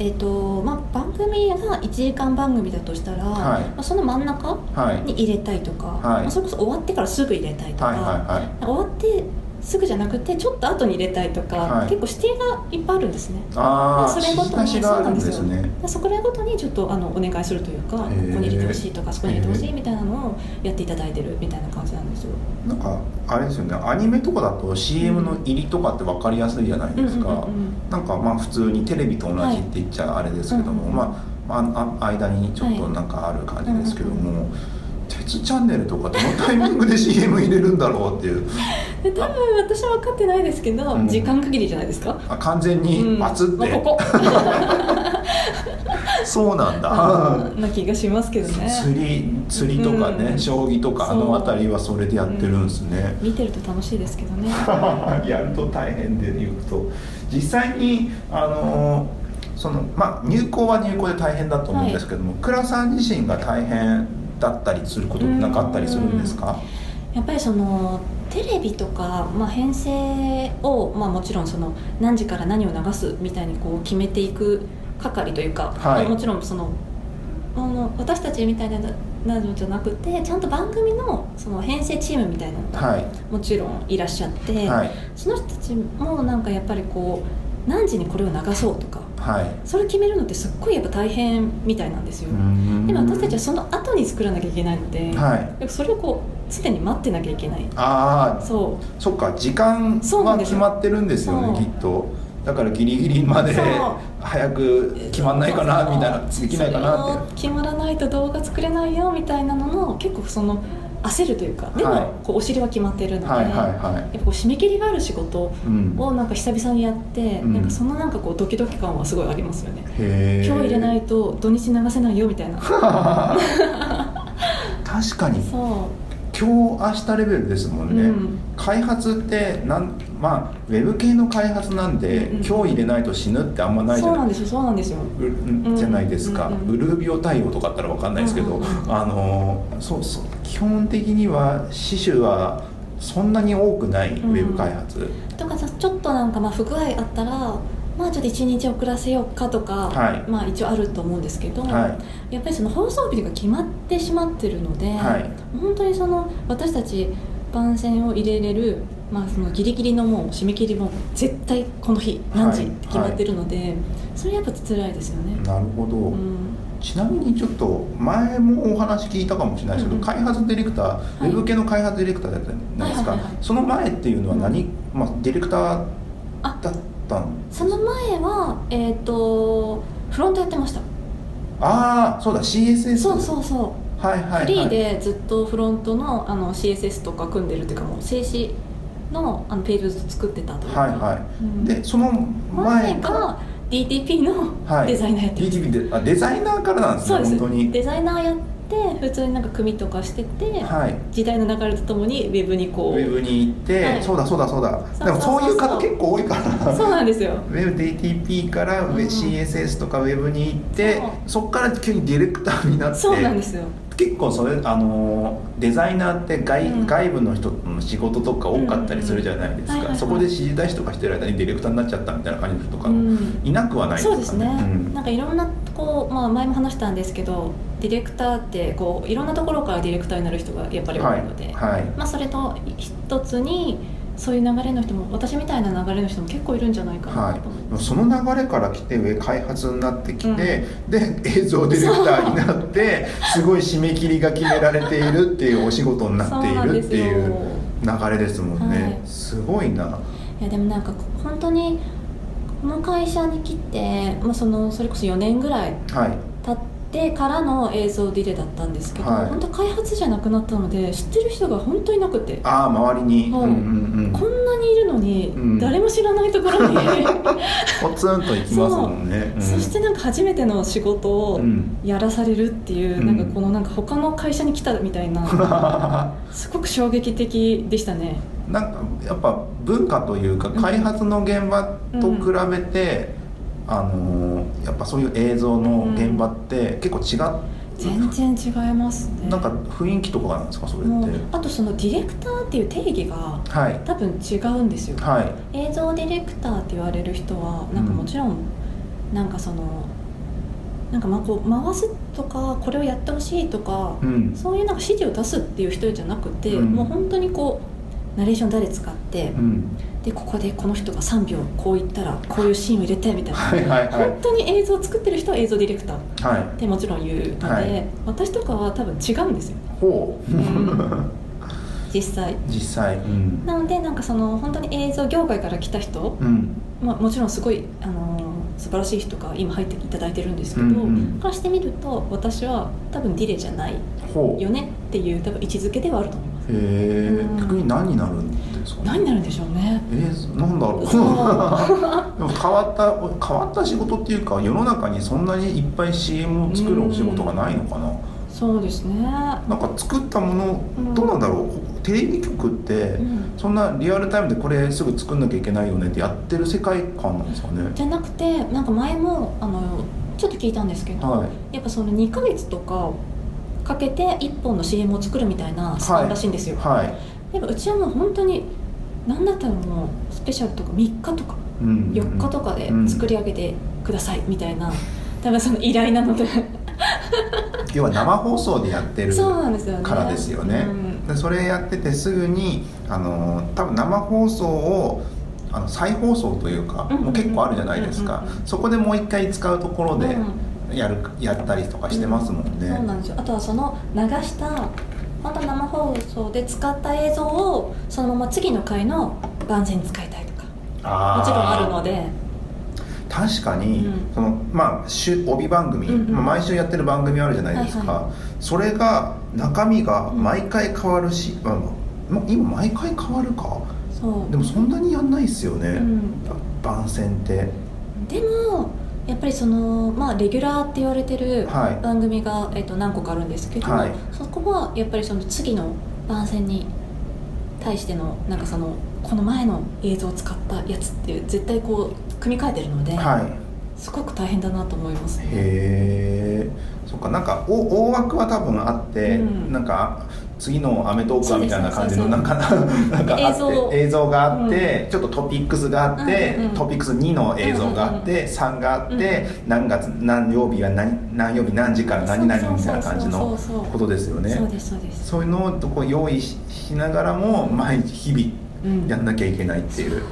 [SPEAKER 2] えっ、とまあ番組が1時間番組だとしたら、
[SPEAKER 1] はい
[SPEAKER 2] まあ、その真ん中
[SPEAKER 1] はい、はい
[SPEAKER 2] に入れたいとか、
[SPEAKER 1] はい
[SPEAKER 2] まあ、それこそ終わってからすぐ入れたいとか、
[SPEAKER 1] はいは
[SPEAKER 2] 終わってすぐじゃなくてちょっと後に入れたいとか、
[SPEAKER 1] はい
[SPEAKER 2] 結構指定がいっぱいあるんですね
[SPEAKER 1] いああ
[SPEAKER 2] それごとに
[SPEAKER 1] 差し出しがあるんです
[SPEAKER 2] そうな
[SPEAKER 1] ね
[SPEAKER 2] そこらごとにちょっとあのお願いするというかここ
[SPEAKER 1] へー
[SPEAKER 2] に入れてほしいとかそこに入れてほし
[SPEAKER 1] へ
[SPEAKER 2] いみたいなのをやっていただいてるみたいな感じなんですよ
[SPEAKER 1] なんかあれですよねアニメとかだと CM の入りとかって分かりやすいじゃないですか、
[SPEAKER 2] うんうんうん
[SPEAKER 1] なんかまあ普通にテレビと同じって言っちゃあれですけども、
[SPEAKER 2] はい
[SPEAKER 1] まあああ間にちょっとなんかある感じですけども、鉄チャンネルとかどのタイミングで CM 入れるんだろうっていう
[SPEAKER 2] で多分私は分かってないですけど、
[SPEAKER 1] うん
[SPEAKER 2] 時間限りじゃないですか、
[SPEAKER 1] あ完全に
[SPEAKER 2] うん
[SPEAKER 1] バツって、
[SPEAKER 2] まあ、こ こ
[SPEAKER 1] そうなんだ
[SPEAKER 2] あーな気がしますけどね
[SPEAKER 1] 釣り釣りとかね、
[SPEAKER 2] うん
[SPEAKER 1] 将棋とかあの辺りはそれでやってるんですね、
[SPEAKER 2] 見てると楽しいですけどね
[SPEAKER 1] やると大変で言うと実際にあのーそのまあ入校は入校で大変だと思うんですけども、倉さん自身が大変だったりすることってなんかあったりするんですか、
[SPEAKER 2] やっぱりそのテレビとか、まあ、編成を、まあ、もちろんその何時から何を流すみたいにこう決めていく係というか、
[SPEAKER 1] はい
[SPEAKER 2] もちろんそのあの私たちみたいななのじゃなくてちゃんと番組のその編成チームみたいなのが
[SPEAKER 1] はい
[SPEAKER 2] もちろんいらっしゃって、
[SPEAKER 1] はい
[SPEAKER 2] その人たちもなんかやっぱりこう何時にこれを流そうとか
[SPEAKER 1] はい
[SPEAKER 2] それ決めるのってすっごいやっぱ大変みたいなんですよ、でも私たちはその後に作らなきゃいけないので、
[SPEAKER 1] はい
[SPEAKER 2] それをこう常に待ってなきゃいけない
[SPEAKER 1] ああ
[SPEAKER 2] そう
[SPEAKER 1] そっか時間
[SPEAKER 2] そうな
[SPEAKER 1] は
[SPEAKER 2] んです
[SPEAKER 1] 決
[SPEAKER 2] よ
[SPEAKER 1] まってるんですよね
[SPEAKER 2] そう
[SPEAKER 1] きっとだからギリギリまで
[SPEAKER 2] そう
[SPEAKER 1] 早く決まんないかなみたいなできないかなって
[SPEAKER 2] それを決まらないと動画作れないよみたいなのの結構その焦るというかでも、
[SPEAKER 1] はい
[SPEAKER 2] こうお尻は決まってるので、
[SPEAKER 1] はいはい
[SPEAKER 2] やっ
[SPEAKER 1] は
[SPEAKER 2] ぱこう締め切りがある仕事
[SPEAKER 1] い、うん、
[SPEAKER 2] をなんか久々にやって、
[SPEAKER 1] うん
[SPEAKER 2] なんかそのなんかこうドキドキ感はすごいありますよね、
[SPEAKER 1] へえ
[SPEAKER 2] 今日入れないと土日流せないよみた いなそう
[SPEAKER 1] 確かに今日明日レベルですもんね、
[SPEAKER 2] うん
[SPEAKER 1] 開発ってなんまあウェブ系の開発なんで、
[SPEAKER 2] うんうん
[SPEAKER 1] 今日入れないと死ぬってあんまないじ
[SPEAKER 2] そ
[SPEAKER 1] ゃ
[SPEAKER 2] う
[SPEAKER 1] な
[SPEAKER 2] ないんですよそうなんですよ
[SPEAKER 1] ううんじゃないですか、
[SPEAKER 2] うんうんうん
[SPEAKER 1] ブルービオ対応とかあったら分かんないですけど、
[SPEAKER 2] うんうんう
[SPEAKER 1] あのそうそう基本的には死守はそんなに多くないウ
[SPEAKER 2] ん
[SPEAKER 1] ェブ開発、
[SPEAKER 2] とかさちょっとなんかまあ不具合あったらまあちょっと一日遅らせようかとか、
[SPEAKER 1] はい
[SPEAKER 2] まあ一応あると思うんですけど、
[SPEAKER 1] は
[SPEAKER 2] やっぱりその放送日が決まってしまってるので、
[SPEAKER 1] はい
[SPEAKER 2] 本当にその私たち番宣を入れれる、まあ、そのギリギリのもう締め切りも絶対この日何時って決まってるので、それやっぱ辛いですよね
[SPEAKER 1] い、、なるほど、
[SPEAKER 2] うん
[SPEAKER 1] ちなみにちょっと前もお話聞いたかもしれないですけど、
[SPEAKER 2] うんうん
[SPEAKER 1] 開発ディレクター、
[SPEAKER 2] い
[SPEAKER 1] ウェブ系の開発ディレクターだったじゃないですか、
[SPEAKER 2] はいはいはいはい
[SPEAKER 1] その前っていうのは何、まあ、ディレクター
[SPEAKER 2] あ
[SPEAKER 1] だったの
[SPEAKER 2] その前はえっ、とフロントやってました
[SPEAKER 1] ああそうだ CSS
[SPEAKER 2] そうそうそう
[SPEAKER 1] はいはい、はい、
[SPEAKER 2] フリーでずっとフロントのあの CSS とか組んでるっていうかもう静止のあのページをずっと作ってたというか、
[SPEAKER 1] はいは
[SPEAKER 2] うん
[SPEAKER 1] いでその前
[SPEAKER 2] 前
[SPEAKER 1] から
[SPEAKER 2] が DTP
[SPEAKER 1] は
[SPEAKER 2] の
[SPEAKER 1] い
[SPEAKER 2] デザイナーやってました
[SPEAKER 1] DTP であデザイナーからなんです
[SPEAKER 2] そう
[SPEAKER 1] ね
[SPEAKER 2] です
[SPEAKER 1] 本当に
[SPEAKER 2] デザイナーやって普通になんか組とかしてて、
[SPEAKER 1] はい
[SPEAKER 2] 時代の流れとともにウェブに
[SPEAKER 1] ウ
[SPEAKER 2] こう
[SPEAKER 1] ェブに行って、
[SPEAKER 2] はい
[SPEAKER 1] そうだそうだそうだ
[SPEAKER 2] そう
[SPEAKER 1] でもそういう
[SPEAKER 2] そ
[SPEAKER 1] 方
[SPEAKER 2] うそう
[SPEAKER 1] 結構多いから
[SPEAKER 2] そうなんですよ
[SPEAKER 1] ウェブ DTP からウェ
[SPEAKER 2] うん
[SPEAKER 1] CSS とかウェブに行ってそこから急にディレクターになっ
[SPEAKER 2] そうなん
[SPEAKER 1] て
[SPEAKER 2] ですよ
[SPEAKER 1] 結構それあのーデザイナーって外,、
[SPEAKER 2] うん
[SPEAKER 1] 外部の人の仕事とか多かったりするじゃないです
[SPEAKER 2] うんうんうんはいはいは
[SPEAKER 1] か
[SPEAKER 2] い
[SPEAKER 1] そこで指示出しとかしてる間にディレクターになっちゃったみたいな感じの人とか
[SPEAKER 2] うん
[SPEAKER 1] いなくはない
[SPEAKER 2] そうですね、
[SPEAKER 1] うん
[SPEAKER 2] なんかいろんなこう、まあ、前も話したんですけどディレクターってこういろんなところからディレクターになる人がやっぱり多
[SPEAKER 1] はい
[SPEAKER 2] いので、
[SPEAKER 1] はい
[SPEAKER 2] まあ、それと一つにそういう流れの人も私みたいな流れの人も結構いるんじゃないかなと思って、
[SPEAKER 1] その流れから来て上開発になってきて、で映像ディレクターになってすごい締め切りが決められているっていうお仕事になっているってい
[SPEAKER 2] そう
[SPEAKER 1] う流れですもんね、
[SPEAKER 2] はい
[SPEAKER 1] すごいない
[SPEAKER 2] やでもなんか本当にこの会社に来て、まあ、そのそれこそ4年ぐらい
[SPEAKER 1] はい
[SPEAKER 2] 経ってからの映像ディレだったんですけど、
[SPEAKER 1] はい
[SPEAKER 2] 本当開発じゃなくなったので知ってる人が本当になくて。
[SPEAKER 1] ああ周りに、
[SPEAKER 2] はい
[SPEAKER 1] うんうんうん
[SPEAKER 2] こんなにいるのに、
[SPEAKER 1] うん
[SPEAKER 2] 誰も知らないところに
[SPEAKER 1] ポツンといきますもんねうん
[SPEAKER 2] そしてなんか初めての仕事を
[SPEAKER 1] うん、
[SPEAKER 2] やらされるっていう、
[SPEAKER 1] うん
[SPEAKER 2] なんかこのなんか他の会社に来たみたいな すごく衝撃的でしたね
[SPEAKER 1] なんかやっぱ文化というか開発の現場と比べて、あのーやっぱそういう映像の現場って結構違っ
[SPEAKER 2] 全然違いますね
[SPEAKER 1] なんか雰囲気とかなんですかそれって
[SPEAKER 2] もうあとそのディレクターっていう定義が
[SPEAKER 1] はい
[SPEAKER 2] 多分違うんですよ
[SPEAKER 1] は
[SPEAKER 2] 映像ディレクターって言われる人はなんかもちろんなんかそのなんかまあこう回すとかこれをやってほしいとか
[SPEAKER 1] いうん
[SPEAKER 2] そういうなんか指示を出すっていう人じゃなくて、
[SPEAKER 1] うん
[SPEAKER 2] もう本当にこうナレーション誰使って
[SPEAKER 1] うん
[SPEAKER 2] でここでこの人が3秒こう言ったらこういうシーンを入れてみたいな
[SPEAKER 1] はいはいはい
[SPEAKER 2] 本当に映像を作ってる人は映像ディレクターっ
[SPEAKER 1] はい
[SPEAKER 2] てもちろん言うので、
[SPEAKER 1] はい
[SPEAKER 2] 私とかは多分違うんですよ
[SPEAKER 1] ほう、
[SPEAKER 2] うん実際
[SPEAKER 1] 実際うん、
[SPEAKER 2] なのでなんかその本当に映像業界から来た人、
[SPEAKER 1] うん
[SPEAKER 2] まあ、もちろんすごい、あのー素晴らしい人が今入っていただいてるんですけ
[SPEAKER 1] う
[SPEAKER 2] ど、
[SPEAKER 1] んうん、
[SPEAKER 2] からしてみると私は多分ディレじゃない
[SPEAKER 1] ほう
[SPEAKER 2] よ
[SPEAKER 1] へ
[SPEAKER 2] ねっていう多分位置づけではあると思います
[SPEAKER 1] え
[SPEAKER 2] うん
[SPEAKER 1] 逆に何になるんですか
[SPEAKER 2] 何になるんでしょうね
[SPEAKER 1] えー、なんだろう
[SPEAKER 2] そう
[SPEAKER 1] でも変わった変わった仕事っていうか世の中にそんなにいっぱい CM を作るお仕事がないのかな、
[SPEAKER 2] そうですね、
[SPEAKER 1] なんか作ったものどうなんだろう、テレビ局って、
[SPEAKER 2] うん
[SPEAKER 1] そんなリアルタイムでこれすぐ作んなきゃいけないよねってやってる世界観なんですかね
[SPEAKER 2] じゃなくてなんか前もあのちょっと聞いたんですけど、
[SPEAKER 1] は
[SPEAKER 2] やっぱその2ヶ月とかかけて1本の CM を作るみたいなスパンらしいんです
[SPEAKER 1] い
[SPEAKER 2] よ、
[SPEAKER 1] はい
[SPEAKER 2] やっぱうちはもう本当に何だったらもうスペシャルとか3日とか
[SPEAKER 1] うん
[SPEAKER 2] 4日とかで作り上げてくださいみたいな、多分その依頼なので
[SPEAKER 1] 要は生放送でやってる
[SPEAKER 2] そうなんですよね
[SPEAKER 1] からですよね
[SPEAKER 2] うん
[SPEAKER 1] でそれやっててすぐにあのー多分生放送をあの再放送というか
[SPEAKER 2] うんうんうん
[SPEAKER 1] もう結構あるじゃないですか
[SPEAKER 2] うんうんう
[SPEAKER 1] そこでもう一回使うところで
[SPEAKER 2] うん
[SPEAKER 1] やるやったりとかしてますもんね、
[SPEAKER 2] そうなんですよあとはその流したまた生放送で使った映像をそのまま次の回の万全に使いたいとか
[SPEAKER 1] あー
[SPEAKER 2] もちろんあるので
[SPEAKER 1] 確かに、
[SPEAKER 2] うん
[SPEAKER 1] そのまあ週帯番組、
[SPEAKER 2] うんうん
[SPEAKER 1] まあ毎週やってる番組あるじゃないですか、
[SPEAKER 2] はい
[SPEAKER 1] それが中身が毎回変わるし、まあまあ今毎回変わるか
[SPEAKER 2] そう
[SPEAKER 1] でもそんなにやんないっすよね、
[SPEAKER 2] うん
[SPEAKER 1] 番宣って
[SPEAKER 2] でもやっぱりそのまあレギュラーって言われてる
[SPEAKER 1] はい
[SPEAKER 2] 番組が、えっと何個かあるんですけど、
[SPEAKER 1] はい
[SPEAKER 2] そこはやっぱりその次の番宣に対してのなんかそのこの前の映像を使ったやつっていう絶対こう組み替えてるので、
[SPEAKER 1] はい
[SPEAKER 2] すごく大変だなと思います
[SPEAKER 1] へえそっかなんかお大枠は多分あって、
[SPEAKER 2] うん
[SPEAKER 1] なんか次の『アメトーーク』みたいな感じの
[SPEAKER 2] そ
[SPEAKER 1] な
[SPEAKER 2] うんで
[SPEAKER 1] かなんかあって
[SPEAKER 2] 映像
[SPEAKER 1] 映像があって、ちょっとトピックスがあって、
[SPEAKER 2] うんうん
[SPEAKER 1] トピックス2の映像があって、3があって、何月何曜日は何何曜日何時から何々みたいな感じ
[SPEAKER 2] そ
[SPEAKER 1] の
[SPEAKER 2] うそうそうそう
[SPEAKER 1] ことですよ
[SPEAKER 2] そう
[SPEAKER 1] ね
[SPEAKER 2] ですそうです、
[SPEAKER 1] そういうのをこう用意ししながらも毎日日
[SPEAKER 2] う
[SPEAKER 1] 々や
[SPEAKER 2] ん、
[SPEAKER 1] んなきゃいけないっていう、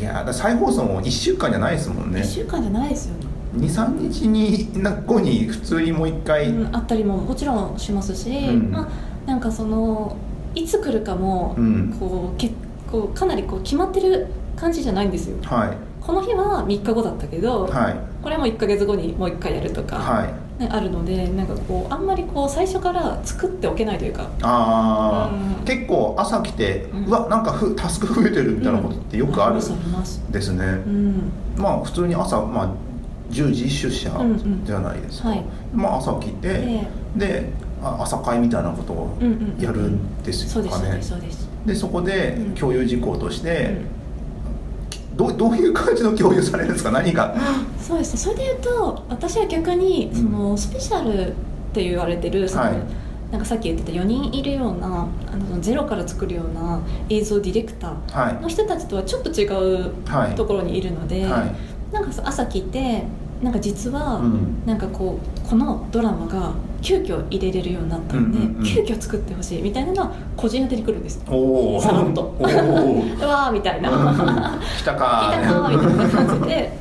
[SPEAKER 1] いやーだから再放送も1週間じゃないですもんね
[SPEAKER 2] 1週間じゃないですよね
[SPEAKER 1] 23日にな後に普通にもう一回、
[SPEAKER 2] うん、あったりももちろんしますし、
[SPEAKER 1] うん
[SPEAKER 2] まあなんかそのいつ来るかも、
[SPEAKER 1] うん
[SPEAKER 2] こう結構かなりこう決まってる感じじゃないんですよ
[SPEAKER 1] はい
[SPEAKER 2] この日は3日後だったけど、
[SPEAKER 1] はい
[SPEAKER 2] これはもう1ヶ月後にもう1回やるとか、
[SPEAKER 1] はい
[SPEAKER 2] ねあるのでなんかこうあんまりこう最初から作っておけないというか
[SPEAKER 1] あー、
[SPEAKER 2] うん
[SPEAKER 1] 結構朝来て、
[SPEAKER 2] う
[SPEAKER 1] うんわなんかふタスク増えてるみたいなことってよくある
[SPEAKER 2] うんります
[SPEAKER 1] ですね、
[SPEAKER 2] ありますうん
[SPEAKER 1] まあ普通に朝、まあ、10時出社
[SPEAKER 2] うんうん
[SPEAKER 1] じゃないですか、
[SPEAKER 2] はい
[SPEAKER 1] まあ朝来て、
[SPEAKER 2] で
[SPEAKER 1] であ朝会みたいなことを
[SPEAKER 2] うんうん
[SPEAKER 1] やるんです
[SPEAKER 2] そう
[SPEAKER 1] よ
[SPEAKER 2] です
[SPEAKER 1] か
[SPEAKER 2] そう
[SPEAKER 1] ね
[SPEAKER 2] ですそうです、
[SPEAKER 1] でそこで
[SPEAKER 2] うん
[SPEAKER 1] 共有事項として、どうどういう感じの共有されるんですか何が
[SPEAKER 2] そうですねそれで言うと私は逆に
[SPEAKER 1] うん
[SPEAKER 2] そのスペシャルって言われてる、その
[SPEAKER 1] はい
[SPEAKER 2] なんかさっき言ってた4人いるようなあのゼロから作るような映像ディレクター
[SPEAKER 1] は
[SPEAKER 2] の人たちとはちょっと違う
[SPEAKER 1] いはい
[SPEAKER 2] ところにいるので、
[SPEAKER 1] は
[SPEAKER 2] なんかさ朝来てなんか実は、
[SPEAKER 1] い、うん、
[SPEAKER 2] なんかこうこのドラマが急遽入れれるようになったんで、
[SPEAKER 1] うんうんうん
[SPEAKER 2] 急遽作ってほしいみたいなのは個人宛てに来るんです
[SPEAKER 1] おお
[SPEAKER 2] さらっと
[SPEAKER 1] おお
[SPEAKER 2] うわーみたいな
[SPEAKER 1] 来た
[SPEAKER 2] 「
[SPEAKER 1] か
[SPEAKER 2] 聞いたか」みたいな感じで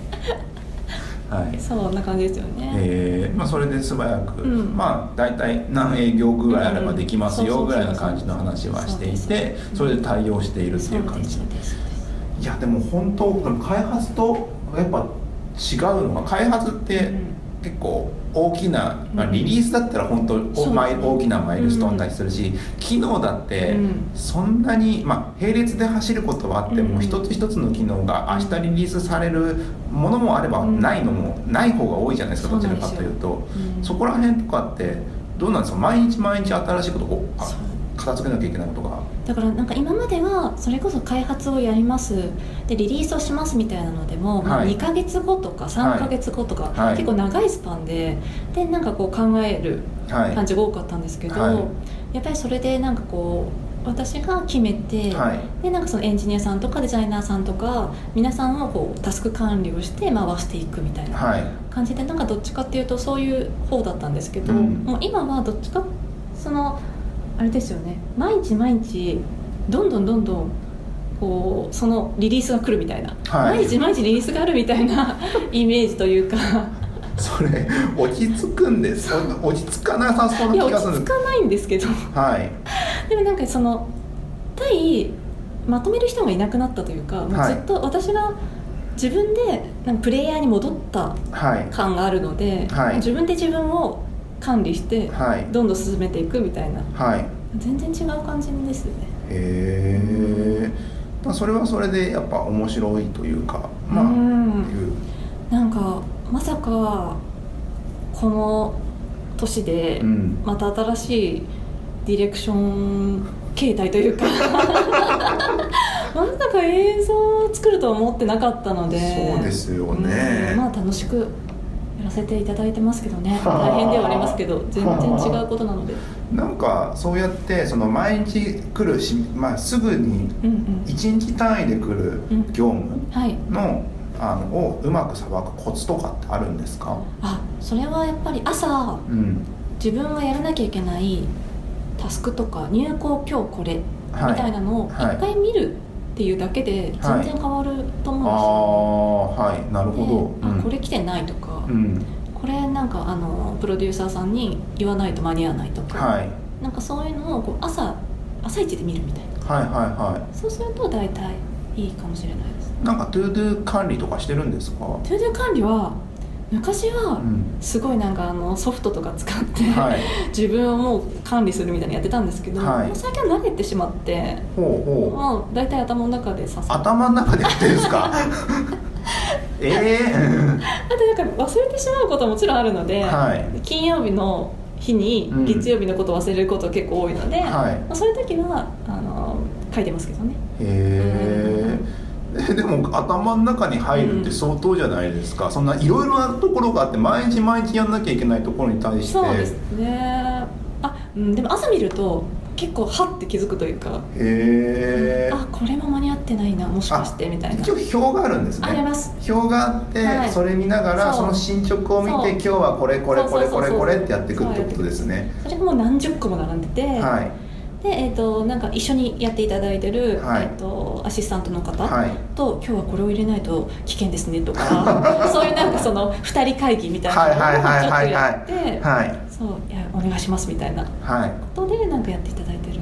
[SPEAKER 1] はい
[SPEAKER 2] そんな感じですよね。
[SPEAKER 1] えーまあ、それで素早く、
[SPEAKER 2] うん
[SPEAKER 1] まあ大体何営業ぐらいあればできます
[SPEAKER 2] うんう
[SPEAKER 1] よ
[SPEAKER 2] ん
[SPEAKER 1] ぐらいの感じの話はしてい
[SPEAKER 2] そうそう
[SPEAKER 1] て
[SPEAKER 2] そう
[SPEAKER 1] それで対応しているって
[SPEAKER 2] そ
[SPEAKER 1] いうう感
[SPEAKER 2] です
[SPEAKER 1] じ
[SPEAKER 2] そうです
[SPEAKER 1] いやでも本当でも開発とやっぱ違うのが開発って結構大きな、まあ、
[SPEAKER 2] うん
[SPEAKER 1] リリースだったら本当、
[SPEAKER 2] そう
[SPEAKER 1] おマイ大きなマイルストーンだったりするし、機能だって
[SPEAKER 2] うん
[SPEAKER 1] そんなに、まあ、並列で走ることはあっても、
[SPEAKER 2] うん
[SPEAKER 1] 一つ一つの機能が明日リリースされるものもあればないのも、ない方が多いじゃないですか
[SPEAKER 2] そう
[SPEAKER 1] ど
[SPEAKER 2] な
[SPEAKER 1] ち
[SPEAKER 2] ん
[SPEAKER 1] ら
[SPEAKER 2] です
[SPEAKER 1] か
[SPEAKER 2] よ
[SPEAKER 1] というと
[SPEAKER 2] うん
[SPEAKER 1] そこら辺とかってどうなんですか毎日毎日新しいことをこうあ
[SPEAKER 2] そう
[SPEAKER 1] 片付けなきゃいけないことが。
[SPEAKER 2] だからなんか今まではそれこそ開発をやりますでリリースをしますみたいなのでも、まあ
[SPEAKER 1] はい
[SPEAKER 2] 2ヶ月後とか3ヶ月後とか、
[SPEAKER 1] はい
[SPEAKER 2] 結構長いスパンででなんかこう考える
[SPEAKER 1] はい
[SPEAKER 2] 感じが多かったんですけど、
[SPEAKER 1] は
[SPEAKER 2] やっぱりそれでなんかこう私が決めて、
[SPEAKER 1] はい
[SPEAKER 2] でなんかそのエンジニアさんとかデザイナーさんとか皆さんをこうタスク管理をして回していくみたいな
[SPEAKER 1] はい
[SPEAKER 2] 感じでなんかどっちかっていうとそういう方だったんですけど、
[SPEAKER 1] うん
[SPEAKER 2] もう今はどっちかそのあれですよね毎日毎日どんどんどんどんこうそのリリースが来るみたいな、
[SPEAKER 1] はい
[SPEAKER 2] 毎日毎日リリースがあるみたいな イメージというか
[SPEAKER 1] それ落ち着くんですお落ち着かなさそう
[SPEAKER 2] いや
[SPEAKER 1] な気
[SPEAKER 2] 落
[SPEAKER 1] がする
[SPEAKER 2] ち
[SPEAKER 1] ん
[SPEAKER 2] 着
[SPEAKER 1] です
[SPEAKER 2] かないんですけど
[SPEAKER 1] はい
[SPEAKER 2] でもなんかその対まとめる人がいなくなったというか、もう
[SPEAKER 1] はい
[SPEAKER 2] ずっと私が自分でなんかプレイヤーに戻った
[SPEAKER 1] はい
[SPEAKER 2] 感があるので、
[SPEAKER 1] はい
[SPEAKER 2] 自分で自分を管理して
[SPEAKER 1] はい
[SPEAKER 2] どんどん進めていくみたいな
[SPEAKER 1] はい
[SPEAKER 2] 全然違う感じですね
[SPEAKER 1] へえそれはそれでやっぱ面白いというかまあ
[SPEAKER 2] うん
[SPEAKER 1] いう
[SPEAKER 2] なんかまさかこの年で
[SPEAKER 1] うん
[SPEAKER 2] また新しいディレクション形態というかまさか映像を作るとは思ってなかったので
[SPEAKER 1] そうですよね
[SPEAKER 2] うんまあ楽しくやらせていただいてますけどね大変ではありますけど全然違うことなので
[SPEAKER 1] なんかそうやってその毎日来るし、まあ、すぐに
[SPEAKER 2] うんうん
[SPEAKER 1] 1日単位で来る業務
[SPEAKER 2] はい
[SPEAKER 1] のあのをうまくさばくコツとかってあるんですか、
[SPEAKER 2] あそれはやっぱり朝
[SPEAKER 1] うん
[SPEAKER 2] 自分がやらなきゃいけないタスクとか入稿今日これみ
[SPEAKER 1] はい、
[SPEAKER 2] たいなのを一
[SPEAKER 1] はい
[SPEAKER 2] 回見るっていうだけで
[SPEAKER 1] はい
[SPEAKER 2] 全然変わると
[SPEAKER 1] あ
[SPEAKER 2] 思
[SPEAKER 1] あはいなる
[SPEAKER 2] うんです
[SPEAKER 1] ほ
[SPEAKER 2] よ、
[SPEAKER 1] ど、
[SPEAKER 2] で
[SPEAKER 1] う
[SPEAKER 2] あ
[SPEAKER 1] ん
[SPEAKER 2] これ来てないとか、
[SPEAKER 1] うん
[SPEAKER 2] これなんかあのプロデューサーさんに言わないと間に合わないとか、
[SPEAKER 1] はい、
[SPEAKER 2] なんかそういうのをこう朝朝一で見るみたいな
[SPEAKER 1] はいはいは
[SPEAKER 2] そうすると大体いいかもしれないです
[SPEAKER 1] いなんかトゥードゥ管理とかしてるんですか、
[SPEAKER 2] トゥードゥ管理は昔は
[SPEAKER 1] うん、
[SPEAKER 2] すごいなんかあのソフトとか使って、
[SPEAKER 1] はい
[SPEAKER 2] 自分をもう管理するみたいなのやってたんですけど、
[SPEAKER 1] はい
[SPEAKER 2] もう最近は慣れてしまって
[SPEAKER 1] ほうほう
[SPEAKER 2] まあ、大体頭の中でささ
[SPEAKER 1] 頭の中でやってるんです かええ
[SPEAKER 2] あとなんか忘れてしまうことはもちろんあるので、
[SPEAKER 1] はい
[SPEAKER 2] 金曜日の日に
[SPEAKER 1] うん
[SPEAKER 2] 月曜日のこと忘れること結構多いので、
[SPEAKER 1] はい
[SPEAKER 2] まあ、そういう時はあの書いてますけどね
[SPEAKER 1] へえでも頭の中に入るって相当じゃないですか、そんないろいろなところがあって毎日毎日やんなきゃいけないところに対して
[SPEAKER 2] そうですねあ、うん、でも朝見ると結構はって気づくというか、
[SPEAKER 1] へえ
[SPEAKER 2] あこれも間に合ってないなもしかしてみたいな
[SPEAKER 1] 一応表があるんですね
[SPEAKER 2] あります
[SPEAKER 1] 表があって、
[SPEAKER 2] はい
[SPEAKER 1] それ見ながら
[SPEAKER 2] そ
[SPEAKER 1] そうの進捗を見
[SPEAKER 2] そう
[SPEAKER 1] て今日はこれこれこれ
[SPEAKER 2] そうそ
[SPEAKER 1] こ
[SPEAKER 2] うそう
[SPEAKER 1] れ
[SPEAKER 2] そう
[SPEAKER 1] これってやっていくってことですね
[SPEAKER 2] それがもう何十個も並んでて、
[SPEAKER 1] はい
[SPEAKER 2] で、えー、となんか一緒にやっていただいてる、
[SPEAKER 1] はい
[SPEAKER 2] えー、とアシスタントの方と、
[SPEAKER 1] はい
[SPEAKER 2] 今日はこれを入れないと危険ですね とかそういうなんかその2人会議みたい
[SPEAKER 1] はいはい
[SPEAKER 2] なの
[SPEAKER 1] はい
[SPEAKER 2] をちょっと
[SPEAKER 1] はい
[SPEAKER 2] やって、
[SPEAKER 1] はい
[SPEAKER 2] そういやお願いしますみたいなこ
[SPEAKER 1] はい
[SPEAKER 2] とでなんかやっていただいてる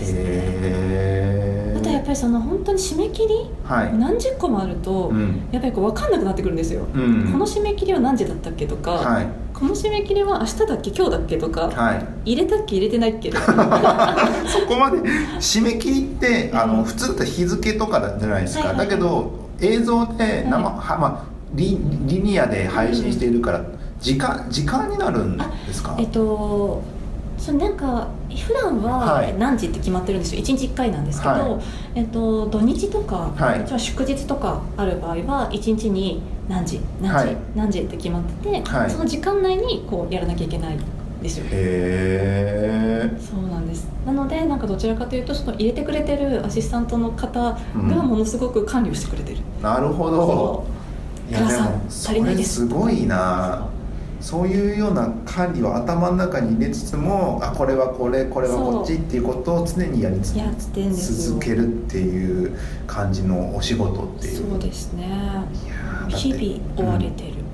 [SPEAKER 2] ですね
[SPEAKER 1] へ
[SPEAKER 2] あとやっ
[SPEAKER 1] え
[SPEAKER 2] ぱりその本当に締め切り
[SPEAKER 1] はい
[SPEAKER 2] 何十個もあると、
[SPEAKER 1] うん
[SPEAKER 2] やっぱりこう分かんなくなってくるんですよ、
[SPEAKER 1] うん
[SPEAKER 2] この締め切りは何時だったっけとか、
[SPEAKER 1] はい
[SPEAKER 2] この締め切りは明日だっけ今日だっけとか、
[SPEAKER 1] はい
[SPEAKER 2] 入れたっけ入れてないっけとか
[SPEAKER 1] そこまで締め切りってあの普通だったら日付とかじゃないですか、
[SPEAKER 2] はいはい
[SPEAKER 1] だけど映像で生、
[SPEAKER 2] は
[SPEAKER 1] はまあ、リリニアで配信しているから、時間時間になるんですか
[SPEAKER 2] えっとそれなんか普段
[SPEAKER 1] は
[SPEAKER 2] はい何時って決まってるんですよ、一1日1回なんですけど、
[SPEAKER 1] は
[SPEAKER 2] えっと、土日とか、
[SPEAKER 1] はい
[SPEAKER 2] じゃあ祝日とかある場合は1日に何時何時、
[SPEAKER 1] はい
[SPEAKER 2] 何時って決まってて、
[SPEAKER 1] はい
[SPEAKER 2] その時間内にこうやらなきゃいけないんですよ
[SPEAKER 1] へえ
[SPEAKER 2] そうなんですなのでなんかどちらかというとその入れてくれてるアシスタントの方が
[SPEAKER 1] うん
[SPEAKER 2] ものすごく管理をしてくれてる、
[SPEAKER 1] なるほ
[SPEAKER 2] そ
[SPEAKER 1] ど
[SPEAKER 2] う
[SPEAKER 1] いや
[SPEAKER 2] 倉
[SPEAKER 1] で
[SPEAKER 2] さん
[SPEAKER 1] も
[SPEAKER 2] 足
[SPEAKER 1] そ
[SPEAKER 2] りない
[SPEAKER 1] れ
[SPEAKER 2] です
[SPEAKER 1] すごいなそういうような管理を頭の中に入れつつもあこれはこれこれはこっちっていうことを常にやりつつ
[SPEAKER 2] やってんですよ
[SPEAKER 1] 続けるっていう感じのお仕事っていう
[SPEAKER 2] そうですね
[SPEAKER 1] いやーだって
[SPEAKER 2] 日々追われてる、
[SPEAKER 1] うん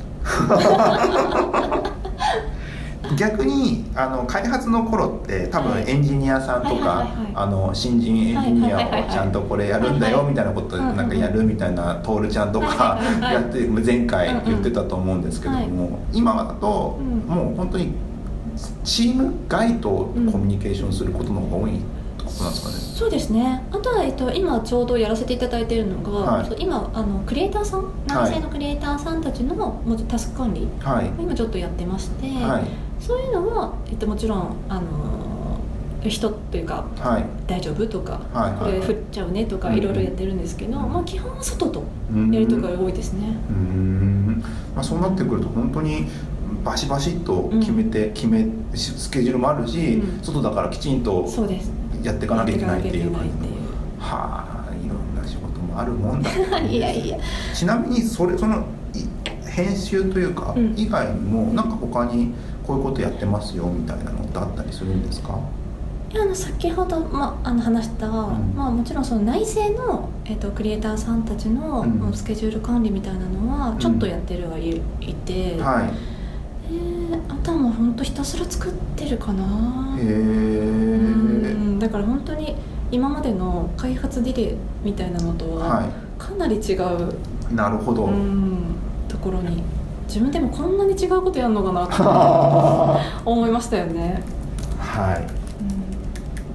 [SPEAKER 1] 逆にあの開発の頃って多
[SPEAKER 2] は
[SPEAKER 1] 分
[SPEAKER 2] い
[SPEAKER 1] エンジニアさんと
[SPEAKER 2] はい
[SPEAKER 1] か
[SPEAKER 2] はいはいはい
[SPEAKER 1] あの新人エンジニア
[SPEAKER 2] はいはいはい
[SPEAKER 1] を
[SPEAKER 2] はい
[SPEAKER 1] ちゃんとこれやるんだよ
[SPEAKER 2] はいはい
[SPEAKER 1] みたいなこと
[SPEAKER 2] うんうんうん
[SPEAKER 1] なんかやるみたいなトールちゃんとか
[SPEAKER 2] はいはいはいは
[SPEAKER 1] や
[SPEAKER 2] い
[SPEAKER 1] って前回言ってたと思うんですけど
[SPEAKER 2] うん
[SPEAKER 1] も今だと
[SPEAKER 2] うん
[SPEAKER 1] もう本当にチーム外とコミュニケーションすることの方が多いとこなんですかね。
[SPEAKER 2] そうですねあとは、えっと、今ちょうどやらせていただいてるのが、
[SPEAKER 1] はい
[SPEAKER 2] そう今あのクリエイターさん男性のクリエイターさんたちのもうタスク管理を
[SPEAKER 1] はい
[SPEAKER 2] 今ちょっとやってまして、
[SPEAKER 1] はい
[SPEAKER 2] そういうのは、えっと、もちろんあの人というか
[SPEAKER 1] はい
[SPEAKER 2] 大丈夫とか、
[SPEAKER 1] はい
[SPEAKER 2] こ
[SPEAKER 1] はい
[SPEAKER 2] れ
[SPEAKER 1] はい
[SPEAKER 2] 振っちゃうねと
[SPEAKER 1] う
[SPEAKER 2] か
[SPEAKER 1] んうん
[SPEAKER 2] いろいろやってるんですけど、まあ、基本は外と
[SPEAKER 1] うん
[SPEAKER 2] やるとが多いですね、
[SPEAKER 1] うーんまあ、そうなってくると本当にバシバシっと決めて、決めしスケジュールもあるし、
[SPEAKER 2] うん
[SPEAKER 1] 外だからきちんと
[SPEAKER 2] そうです
[SPEAKER 1] やっていかなきゃいけないっていう感じはあいろんな仕事もあるもんだ
[SPEAKER 2] いやいや
[SPEAKER 1] ちなみにそれそのい編集というか、
[SPEAKER 2] うん
[SPEAKER 1] 以外にもなんか他にこういうことやってますよみたいなのってあったりするんですか、
[SPEAKER 2] いやあの先ほど、まあ、あの話した、
[SPEAKER 1] ん
[SPEAKER 2] まあ、もちろんその内政の、えっとクリエイターさんたちの、
[SPEAKER 1] うん
[SPEAKER 2] もうスケジュール管理みたいなのはちょっとやってるはい,、いて、
[SPEAKER 1] はい
[SPEAKER 2] えーあとはもうほんとひたすら作ってるかな
[SPEAKER 1] へえ、
[SPEAKER 2] うんだから本当に今までの開発ディレイみたいなのとは
[SPEAKER 1] は
[SPEAKER 2] かなり違う、
[SPEAKER 1] いなるほど、
[SPEAKER 2] うんところに自分でもこんなに違うことやるのかな
[SPEAKER 1] は
[SPEAKER 2] と思いましたよね、
[SPEAKER 1] い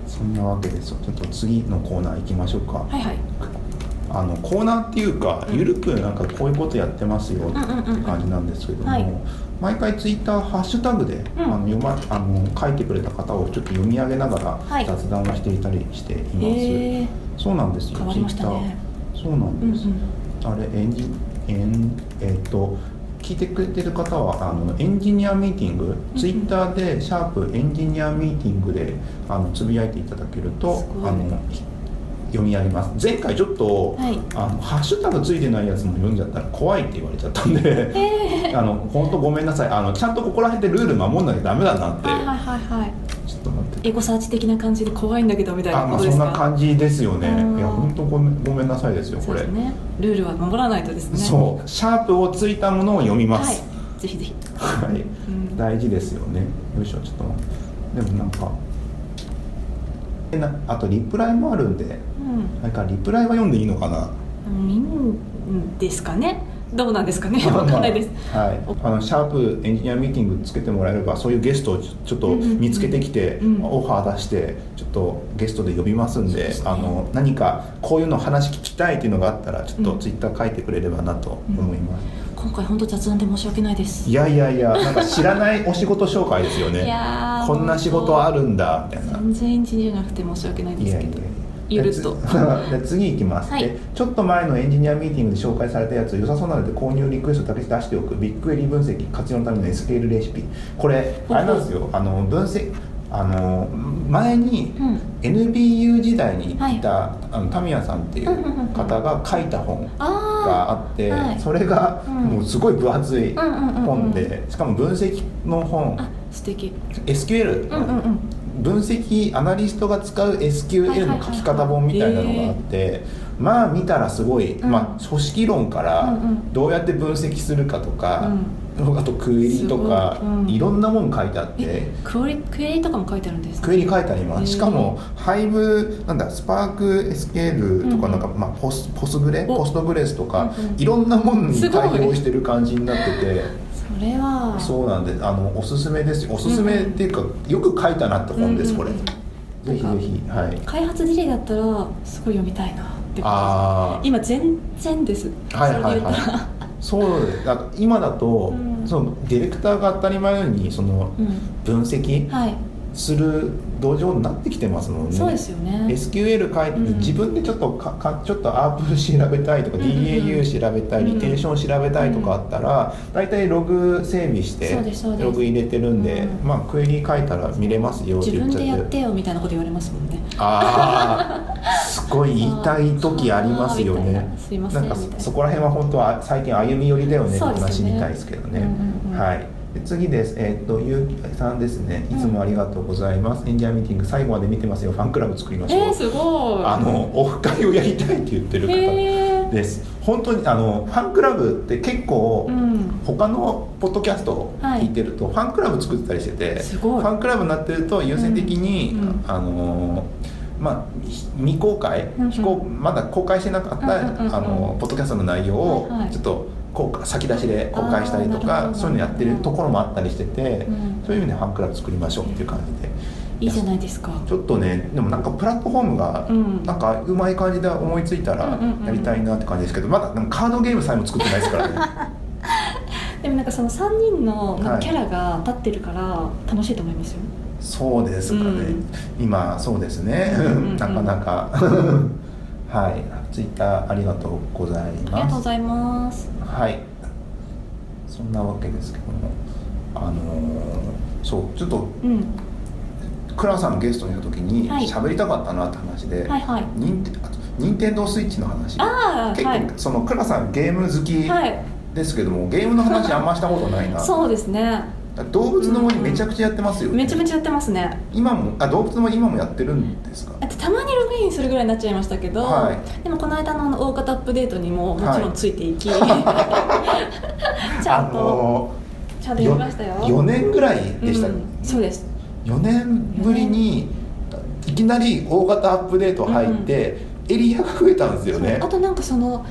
[SPEAKER 1] そんなわけですよちょっと次のコーナー行きましょうか、
[SPEAKER 2] はいはい
[SPEAKER 1] あのコーナーっていうか、
[SPEAKER 2] うん
[SPEAKER 1] ゆるくなんかこういうことやってますよって
[SPEAKER 2] うんうんうん
[SPEAKER 1] 感じなんですけども、
[SPEAKER 2] はい
[SPEAKER 1] 毎回ツイッターハッシュタグで、
[SPEAKER 2] ん
[SPEAKER 1] あの読まあの書いてくれた方をちょっと読み上げなが
[SPEAKER 2] は
[SPEAKER 1] ら
[SPEAKER 2] い
[SPEAKER 1] 雑談をしていたりしています、
[SPEAKER 2] へえ
[SPEAKER 1] そうなんですよ
[SPEAKER 2] 変わりましたね
[SPEAKER 1] ツイッターそうな
[SPEAKER 2] うんんう
[SPEAKER 1] です、
[SPEAKER 2] ん
[SPEAKER 1] あれエンジエンえっと聞いてくれてる方はあのエンジニアミーティング、
[SPEAKER 2] うん
[SPEAKER 1] ツイッターで「シャープエンジニアミーティングで」あのつぶやいていただけると
[SPEAKER 2] すごい
[SPEAKER 1] あの読み上げます前回ちょっと、
[SPEAKER 2] はい
[SPEAKER 1] あのハッシュタグついてないやつも読んじゃったら怖いって言われちゃったん で
[SPEAKER 2] ええ
[SPEAKER 1] あの本当ごめんなさいあのちゃんとここら辺でルール守んなきゃダメだなって
[SPEAKER 2] はいはいはいはい
[SPEAKER 1] ちょっと待って
[SPEAKER 2] エゴサーチ的な感じで怖いんだけどみたい
[SPEAKER 1] あ、
[SPEAKER 2] な
[SPEAKER 1] ま
[SPEAKER 2] こ
[SPEAKER 1] あ、
[SPEAKER 2] とで
[SPEAKER 1] そん
[SPEAKER 2] すか
[SPEAKER 1] な感じですよね
[SPEAKER 2] うん
[SPEAKER 1] いや本当ごめんごめんなさいですよこ
[SPEAKER 2] そう
[SPEAKER 1] れ
[SPEAKER 2] ですねルールは守らないとですね
[SPEAKER 1] そうシャープをついたものを読みま
[SPEAKER 2] は
[SPEAKER 1] す、
[SPEAKER 2] いぜひぜひ
[SPEAKER 1] はい、
[SPEAKER 2] うん
[SPEAKER 1] 大事ですよねよいしょちょっと待ってでもなんかえなあとリプライもあるんで
[SPEAKER 2] うん
[SPEAKER 1] なんかリプライは読んでいいのかな
[SPEAKER 2] うんいいんですかねどうなんですかねわかんないです、
[SPEAKER 1] まあはい、あのシャープエンジニアミーティングつけてもらえればそういうゲストをちょちょっと
[SPEAKER 2] うんうんうん
[SPEAKER 1] 見つけてきて、
[SPEAKER 2] うん
[SPEAKER 1] オファー出してちょっとゲストで呼びますん
[SPEAKER 2] そう
[SPEAKER 1] で
[SPEAKER 2] ですね
[SPEAKER 1] あの何かこういうの話聞きたいっていうのがあったらちょっと
[SPEAKER 2] うん
[SPEAKER 1] ツイッター書いてくれればなと思います、
[SPEAKER 2] 今回本当雑談で申し訳ないです
[SPEAKER 1] いやいやいやなんか知らないお仕事紹介ですよ
[SPEAKER 2] い
[SPEAKER 1] ね
[SPEAKER 2] やー
[SPEAKER 1] こんな仕事あるんだみたいな
[SPEAKER 2] 全然エンジニアじゃなくて申し訳ないん
[SPEAKER 1] い
[SPEAKER 2] です
[SPEAKER 1] やい
[SPEAKER 2] け
[SPEAKER 1] や
[SPEAKER 2] ど
[SPEAKER 1] いや
[SPEAKER 2] ゆるっと
[SPEAKER 1] で で次行きます、
[SPEAKER 2] はい
[SPEAKER 1] でちょっと前のエンジニアミーティングで紹介されたやつ良さそうなので購入リクエストだけ出しておくビッグエリ分析活用のための SQL レシピこれあれなんですよあの分析あの前に
[SPEAKER 2] うん
[SPEAKER 1] NBU 時代にいた、
[SPEAKER 2] はい
[SPEAKER 1] あのタミヤさんっていう方が書いた本が
[SPEAKER 2] あ
[SPEAKER 1] あって、
[SPEAKER 2] うんうんうんはい
[SPEAKER 1] それが
[SPEAKER 2] うん
[SPEAKER 1] もうすごい分厚い
[SPEAKER 2] あうんうんうんうん
[SPEAKER 1] 本で、しかも分析の本
[SPEAKER 2] あ素敵
[SPEAKER 1] SQL
[SPEAKER 2] うんうんうん
[SPEAKER 1] 分析アナリストが使う SQL の書き方本みたいなのがあってまあ見たらすごい、
[SPEAKER 2] うん
[SPEAKER 1] まあ、組織論から
[SPEAKER 2] うんうん
[SPEAKER 1] どうやって分析するかとか、あとクエリとか
[SPEAKER 2] す、ごいうん
[SPEAKER 1] いろんなもん書いてあって
[SPEAKER 2] え。クオリクエリとかも書いてあるんですか
[SPEAKER 1] クエリ書いてありま
[SPEAKER 2] へー
[SPEAKER 1] すしかもハイブなんだスパーク SQL とかなんか、まあ、ポスポスグレ
[SPEAKER 2] お
[SPEAKER 1] ポストグレスとか、
[SPEAKER 2] うんうん
[SPEAKER 1] いろんなもんに
[SPEAKER 2] すごい
[SPEAKER 1] 対応してる感じになってて
[SPEAKER 2] それは
[SPEAKER 1] そうなんであのおすすめですよおすすめっていうか、よく書いたなって本です、
[SPEAKER 2] うん
[SPEAKER 1] これ
[SPEAKER 2] うんうん
[SPEAKER 1] ぜひぜひはい
[SPEAKER 2] 開発事例だったらすごい読みたいなってこと
[SPEAKER 1] あ
[SPEAKER 2] 今全然です
[SPEAKER 1] あはいはい
[SPEAKER 2] それで言ったら
[SPEAKER 1] はいそうだ今だと、
[SPEAKER 2] うん
[SPEAKER 1] そのディレクターが当たり前のようにその
[SPEAKER 2] うん
[SPEAKER 1] 分析
[SPEAKER 2] はい
[SPEAKER 1] する土壌になってきてますもんね
[SPEAKER 2] そうですよね
[SPEAKER 1] SQL 書いて、
[SPEAKER 2] うん
[SPEAKER 1] 自分でちょっとかかちょっとアープル調べたいとか、
[SPEAKER 2] うんうんうん
[SPEAKER 1] DAU 調べたいリテンション調べたいとかあったら、大体ログ整備して
[SPEAKER 2] そうですそうです
[SPEAKER 1] ログ入れてるんで、
[SPEAKER 2] うん
[SPEAKER 1] まあクエリ書いたら見れますよって
[SPEAKER 2] 自
[SPEAKER 1] 言
[SPEAKER 2] 分
[SPEAKER 1] っち
[SPEAKER 2] でや
[SPEAKER 1] ゃっ
[SPEAKER 2] っててよみたいなこと言われますもんね
[SPEAKER 1] ああすごい言いたい時ありますよ
[SPEAKER 2] あーみたいな
[SPEAKER 1] ね
[SPEAKER 2] すいませ
[SPEAKER 1] なんんか
[SPEAKER 2] みたいな
[SPEAKER 1] そこら辺は本当は最近歩み寄りだよねって
[SPEAKER 2] そうです
[SPEAKER 1] 話
[SPEAKER 2] よね
[SPEAKER 1] みたいですけどね
[SPEAKER 2] うんうんうん
[SPEAKER 1] はいで次ですえーっとゆうきさんですねいつもありがとうございます、エンジニアミーティング最後まで見てますよファンクラブ作りましょう、
[SPEAKER 2] えー、すごい
[SPEAKER 1] あのオフ会をやりたいって言ってる方
[SPEAKER 2] へー
[SPEAKER 1] です本当にあのファンクラブって結構、
[SPEAKER 2] うん
[SPEAKER 1] 他のポッドキャストを聞いてると、ファンクラブ作ってたりしてて
[SPEAKER 2] すごい
[SPEAKER 1] ファンクラブになってると優先的に、
[SPEAKER 2] うんうん
[SPEAKER 1] あのーまあ、ひ未公開、
[SPEAKER 2] うんうん
[SPEAKER 1] 非公まだ公開してなかった、
[SPEAKER 2] うんうんうんうん
[SPEAKER 1] あのーポッドキャストの内容を
[SPEAKER 2] はいはい
[SPEAKER 1] ちょっと公開先出しで公開したりと
[SPEAKER 2] あーなるほ
[SPEAKER 1] か
[SPEAKER 2] ど
[SPEAKER 1] そういうのやってるところもあったりしてて、
[SPEAKER 2] うん
[SPEAKER 1] そういう意味でファンクラブ作りましょうっていう感じで
[SPEAKER 2] いいじゃないですか
[SPEAKER 1] ちょっとねでもなんかプラットフォームが
[SPEAKER 2] うん
[SPEAKER 1] なんかうまい感じで思いついたら
[SPEAKER 2] うんうんうん
[SPEAKER 1] やりたいなって感じですけどまだでもカードゲームさえも作ってないですからね。
[SPEAKER 2] でもなんかその3人のまあ
[SPEAKER 1] はい
[SPEAKER 2] キャラが立ってるから楽しいと思いますよ、
[SPEAKER 1] そうですかね、
[SPEAKER 2] うん
[SPEAKER 1] 今そうですね、
[SPEAKER 2] ん
[SPEAKER 1] なか なかはいツイッターありがとうござい
[SPEAKER 2] ありがとう
[SPEAKER 1] ま
[SPEAKER 2] ご
[SPEAKER 1] す
[SPEAKER 2] ざいます
[SPEAKER 1] はいそんなわけですけどもあのーそうちょっと
[SPEAKER 2] うん
[SPEAKER 1] クラさんゲストにいた時に
[SPEAKER 2] はい
[SPEAKER 1] 喋りたかったなって話で、
[SPEAKER 2] はいはい
[SPEAKER 1] 任天あと任天堂スイッチの話
[SPEAKER 2] ああ
[SPEAKER 1] 結構、
[SPEAKER 2] はい
[SPEAKER 1] そのクラさんゲーム好き
[SPEAKER 2] はい
[SPEAKER 1] ですけども、ゲームの話あんましたことないな
[SPEAKER 2] そうですね
[SPEAKER 1] 動物の森めちゃくちゃやってますよ、
[SPEAKER 2] めちゃめちゃやってますね
[SPEAKER 1] 今もあ動物の森今もやってるんですか、
[SPEAKER 2] だってたまにログインするぐらいになっちゃいましたけど、
[SPEAKER 1] は
[SPEAKER 2] でもこの間のあの大型アップデートにももちろんついて いき、ちゃんと、
[SPEAKER 1] あの
[SPEAKER 2] ちゃんとやりましたよ
[SPEAKER 1] 4年ぐらいでした、
[SPEAKER 2] うん、そうです
[SPEAKER 1] 4年ぶりにいきなり大型アップデート入って、エリアが増えたんですよね
[SPEAKER 2] あとなんかその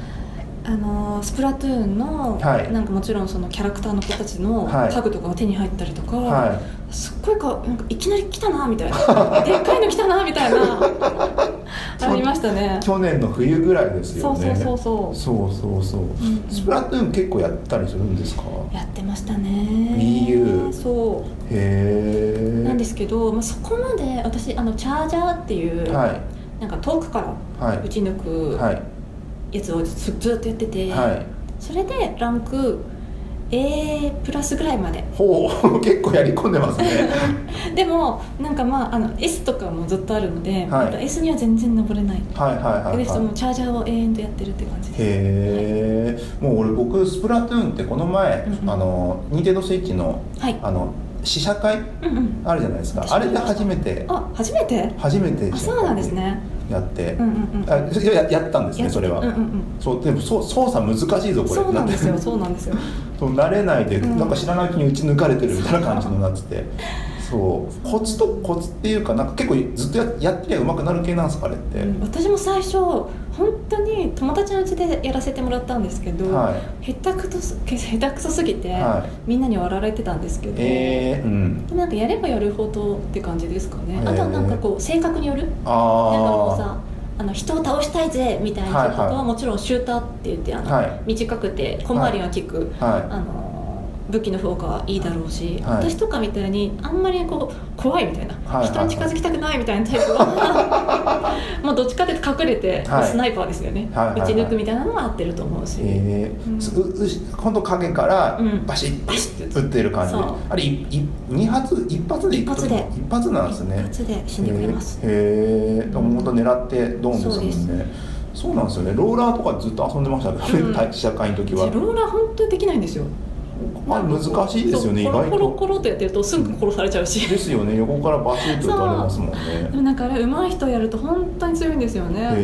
[SPEAKER 2] あのースプラトゥーンの、
[SPEAKER 1] はい
[SPEAKER 2] なんかもちろんそのキャラクターの子たちの
[SPEAKER 1] はい
[SPEAKER 2] 家具とかが手に入ったりとか、
[SPEAKER 1] は
[SPEAKER 2] すっごいかなんかいきなり来たなみたいなでっかいの来たなみた いなありましたね
[SPEAKER 1] い去年の冬ぐらいです
[SPEAKER 2] そ
[SPEAKER 1] よ
[SPEAKER 2] うそ
[SPEAKER 1] ね
[SPEAKER 2] うそうそう
[SPEAKER 1] そうそうそう
[SPEAKER 2] うんうん
[SPEAKER 1] スプラトゥーン結構やったりするんですか
[SPEAKER 2] やってましたね
[SPEAKER 1] Wii U
[SPEAKER 2] そ
[SPEAKER 1] へ
[SPEAKER 2] う
[SPEAKER 1] え
[SPEAKER 2] なんですけど、まあ、そこまで私あのチャージャーっていう、
[SPEAKER 1] はい
[SPEAKER 2] なんか遠くから
[SPEAKER 1] は
[SPEAKER 2] 打
[SPEAKER 1] い
[SPEAKER 2] ち抜く
[SPEAKER 1] はい
[SPEAKER 2] やつをずずっとやってて、
[SPEAKER 1] はい
[SPEAKER 2] それでランク A プラスぐらいまで
[SPEAKER 1] ほう 結構やり込んでますね
[SPEAKER 2] でもなんかまああの S とかもずっとあるので、
[SPEAKER 1] はい
[SPEAKER 2] また S には全然登れない、
[SPEAKER 1] はいはいはい、
[SPEAKER 2] でそ
[SPEAKER 1] はい
[SPEAKER 2] のチャージャーを永遠とやってるって感じです
[SPEAKER 1] へえもう俺僕スプラトゥーンってこの前、
[SPEAKER 2] うんうん
[SPEAKER 1] あのニンテンドースイッチの
[SPEAKER 2] はい
[SPEAKER 1] あの試写会
[SPEAKER 2] うんうん
[SPEAKER 1] あるじゃないですか
[SPEAKER 2] 私
[SPEAKER 1] あれで初めて
[SPEAKER 2] あ初めて
[SPEAKER 1] 初めて
[SPEAKER 2] あそうなんですね
[SPEAKER 1] やって、
[SPEAKER 2] うんうんうん
[SPEAKER 1] あやややったんです
[SPEAKER 2] や
[SPEAKER 1] ね
[SPEAKER 2] っ
[SPEAKER 1] それは、
[SPEAKER 2] うんうん
[SPEAKER 1] そうでもそう操作難しいぞ
[SPEAKER 2] うん
[SPEAKER 1] これ
[SPEAKER 2] そうなんですよ
[SPEAKER 1] って
[SPEAKER 2] そうなんですよ
[SPEAKER 1] そう慣れないで、
[SPEAKER 2] うん
[SPEAKER 1] なんか知らないうちに打ち抜かれてるみたいな感じになっててそうコツとコツっていうかなんか結構ずっとややってりゃ上手くなる系なんですかあれって、
[SPEAKER 2] うん私も最初本当に友達のうちでやらせてもらったんですけど、
[SPEAKER 1] はい
[SPEAKER 2] 下手くとす下手くそすぎて、
[SPEAKER 1] はい
[SPEAKER 2] みんなに笑われてたんですけど、
[SPEAKER 1] えー、うん
[SPEAKER 2] なんかやればやるほどって感じですか
[SPEAKER 1] へ
[SPEAKER 2] ね、
[SPEAKER 1] ー
[SPEAKER 2] あとはなんかこう性格によるなんかもう
[SPEAKER 1] あ
[SPEAKER 2] さあの人を倒したいぜみたい
[SPEAKER 1] はい
[SPEAKER 2] な
[SPEAKER 1] はい
[SPEAKER 2] 人とはもちろんシューターって言ってあ
[SPEAKER 1] あ
[SPEAKER 2] の、
[SPEAKER 1] は
[SPEAKER 2] 短くて小回りが利く、
[SPEAKER 1] いはい
[SPEAKER 2] あの武器の方がいいだろうし、
[SPEAKER 1] はい
[SPEAKER 2] 私とかみたいにあんまりこう怖いみたいな、
[SPEAKER 1] はいはい
[SPEAKER 2] 人に近づきたくないみたいなタイプは もうどっちかというと隠れて、
[SPEAKER 1] はい
[SPEAKER 2] スナイパーですよね、
[SPEAKER 1] はいはいはい
[SPEAKER 2] 打ち抜くみたいなのは合ってると思うし、
[SPEAKER 1] え
[SPEAKER 2] うん
[SPEAKER 1] ーすううし今度影から
[SPEAKER 2] うん
[SPEAKER 1] バシッバシッ
[SPEAKER 2] そ
[SPEAKER 1] て打ってる感じ、
[SPEAKER 2] そう
[SPEAKER 1] あれいい2発一発で行くと
[SPEAKER 2] 一発で
[SPEAKER 1] 一発なんですね
[SPEAKER 2] 一発で死んでくれます、
[SPEAKER 1] へえでも本当狙ってドンですもんね
[SPEAKER 2] そ
[SPEAKER 1] そううなんですよねローラーとかずっと遊んでましたけど、
[SPEAKER 2] うん
[SPEAKER 1] ね、試写会の時は
[SPEAKER 2] 私ローラー本当にできないんですよ
[SPEAKER 1] まあ難しいですよね意
[SPEAKER 2] そうコロ
[SPEAKER 1] 外
[SPEAKER 2] コロコ
[SPEAKER 1] と
[SPEAKER 2] ロとやってるとすぐ殺されちゃうし、
[SPEAKER 1] ですよね横からバシッと打たれますもんね
[SPEAKER 2] でもなんかあれ上手い人やると本当に強いんですよ
[SPEAKER 1] へ
[SPEAKER 2] ね、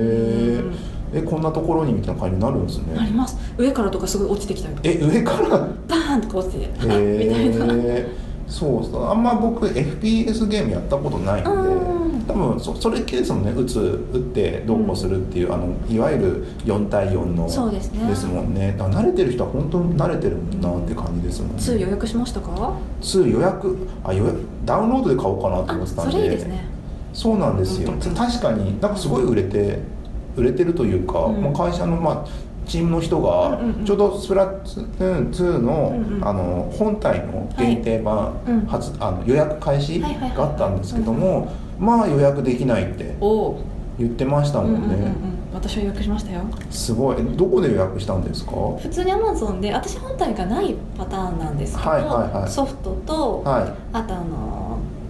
[SPEAKER 1] え
[SPEAKER 2] うん
[SPEAKER 1] えこんなところにみたいな感じになるんです
[SPEAKER 2] あり
[SPEAKER 1] ね
[SPEAKER 2] ます上からとかすごい落ちてきたりとか
[SPEAKER 1] え上から
[SPEAKER 2] バーンとか落ちて て、みたいな
[SPEAKER 1] へえそうそうあんま僕 FPS ゲームやったことないんで
[SPEAKER 2] うん
[SPEAKER 1] 多分そそれ系ですもんね打つ打ってどうこうするっていう、あのいわゆる4対4の
[SPEAKER 2] そうですね
[SPEAKER 1] ですもんねだから慣れてる人は本当に慣れてるもんなって感じですもんね
[SPEAKER 2] 2予約しましたか
[SPEAKER 1] 2予約あ予約ダウンロードで買おうかなと思
[SPEAKER 2] あ
[SPEAKER 1] ってたんで
[SPEAKER 2] それいいですね
[SPEAKER 1] そうなんですよ
[SPEAKER 2] うん
[SPEAKER 1] 確かになんかすごい売れて売れてるというか、
[SPEAKER 2] うん
[SPEAKER 1] まあ、会社のまあチームの人が
[SPEAKER 2] うんうんうん
[SPEAKER 1] ちょうどスプラトゥーン2の,、
[SPEAKER 2] うんうん
[SPEAKER 1] あの本体の限定版、
[SPEAKER 2] うん
[SPEAKER 1] 初あの予約開始が
[SPEAKER 2] はいはいはい
[SPEAKER 1] あったんですけども、まあ予約できないって
[SPEAKER 2] おお
[SPEAKER 1] 言ってました
[SPEAKER 2] ー、
[SPEAKER 1] も
[SPEAKER 2] うんうん
[SPEAKER 1] ん
[SPEAKER 2] うん
[SPEAKER 1] ね、
[SPEAKER 2] うん、私は予約しましたよ
[SPEAKER 1] すごいえどこで予約したんですか
[SPEAKER 2] 普通に Amazon で私本体がないパターンなんですけど、
[SPEAKER 1] はいはいはい
[SPEAKER 2] ソフトと、
[SPEAKER 1] はい
[SPEAKER 2] あとあの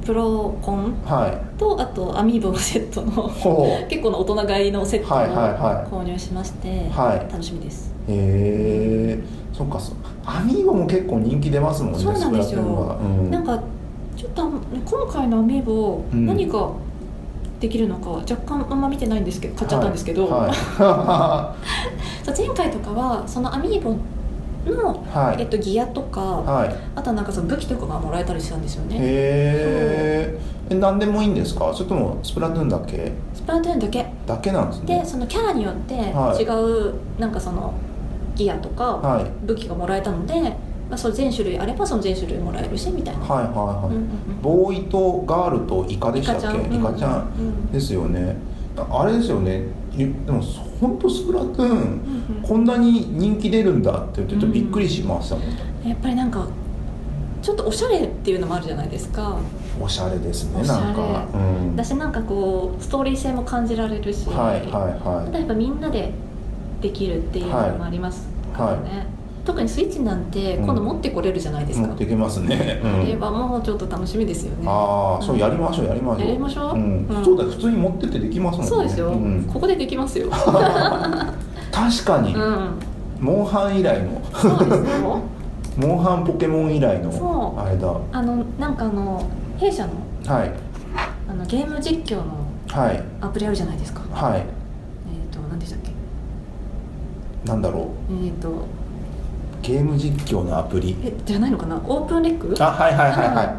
[SPEAKER 2] プロコン
[SPEAKER 1] は
[SPEAKER 2] とあとアミーボのセットの
[SPEAKER 1] いほう
[SPEAKER 2] 結構な大人買いのセット
[SPEAKER 1] はいはいは
[SPEAKER 2] を購入しまして、
[SPEAKER 1] はい
[SPEAKER 2] 楽しみです
[SPEAKER 1] へえそっかそっかアミーゴも結構人気出ますもんね
[SPEAKER 2] そうなんですよ
[SPEAKER 1] スプラトゥーンは、うん
[SPEAKER 2] なんかちょっと今回のアミーボ
[SPEAKER 1] うん
[SPEAKER 2] 何ができるのか若干あんま見てないんですけど買っちゃったんですけど、
[SPEAKER 1] はいは
[SPEAKER 2] そう前回とかはそのアミーボ
[SPEAKER 1] い
[SPEAKER 2] の、
[SPEAKER 1] はい
[SPEAKER 2] えっと、ギアとか、
[SPEAKER 1] はい、
[SPEAKER 2] あとはなんかその武器とかがもらえたりしたんですよね
[SPEAKER 1] へーえ何でもいいんですかそれともスプラトゥーンだけ
[SPEAKER 2] スプラトゥーンだけ
[SPEAKER 1] だけなんです
[SPEAKER 2] で
[SPEAKER 1] ね
[SPEAKER 2] そのキャラによって
[SPEAKER 1] はい
[SPEAKER 2] 違うなんかそのギアとか
[SPEAKER 1] はい
[SPEAKER 2] 武器がもらえたので、まあ、その全種類あればその全種類もらえるしみたいな、
[SPEAKER 1] はいはいはい、
[SPEAKER 2] うんうん
[SPEAKER 1] ボーイとガールとイカ
[SPEAKER 2] うん、
[SPEAKER 1] でしたっけイカちゃん
[SPEAKER 2] うん
[SPEAKER 1] ですよねああれですよねゆでも本当スプラトゥーン
[SPEAKER 2] うん
[SPEAKER 1] こんなに人気出るんだって言ってちょっと
[SPEAKER 2] うん
[SPEAKER 1] びっくりしましたもん、
[SPEAKER 2] うんやっぱりなんかちょっとおしゃれっていうのもあるじゃないですか
[SPEAKER 1] おしゃれですね
[SPEAKER 2] おしゃれ
[SPEAKER 1] なんか、うん、
[SPEAKER 2] だしなんかこうストーリー性も感じられるし、
[SPEAKER 1] はいはい
[SPEAKER 2] た
[SPEAKER 1] は
[SPEAKER 2] だやっぱみんなでできるっていうのもありますからね、特にスイッチなんて今度持ってこれるじゃないで
[SPEAKER 1] い
[SPEAKER 2] すか、
[SPEAKER 1] 持ってきますね、う
[SPEAKER 2] あれ
[SPEAKER 1] ん、
[SPEAKER 2] はもうちょっと楽しみですよね
[SPEAKER 1] ああそうやりましょうやりましょう
[SPEAKER 2] やりましょう
[SPEAKER 1] うん
[SPEAKER 2] うん
[SPEAKER 1] そうだ普通に持ってってできますもんね
[SPEAKER 2] そうですよ、
[SPEAKER 1] ん
[SPEAKER 2] ここでできます よ、
[SPEAKER 1] 確かに、
[SPEAKER 2] うん、
[SPEAKER 1] モンハン以来の
[SPEAKER 2] そうですよ
[SPEAKER 1] モンハンポケモン以来
[SPEAKER 2] そ
[SPEAKER 1] の
[SPEAKER 2] う
[SPEAKER 1] あれだは
[SPEAKER 2] あのなんかあの弊社の
[SPEAKER 1] い
[SPEAKER 2] あのゲーム実況の
[SPEAKER 1] はい
[SPEAKER 2] アプリあるじゃないですか
[SPEAKER 1] は
[SPEAKER 2] えっ、ー、と何でしたっけ
[SPEAKER 1] いなんだろ
[SPEAKER 2] えっ、ー、と
[SPEAKER 1] うゲーム実況のアプリ
[SPEAKER 2] えじゃないのかなオープンレック
[SPEAKER 1] あはいはいはいはい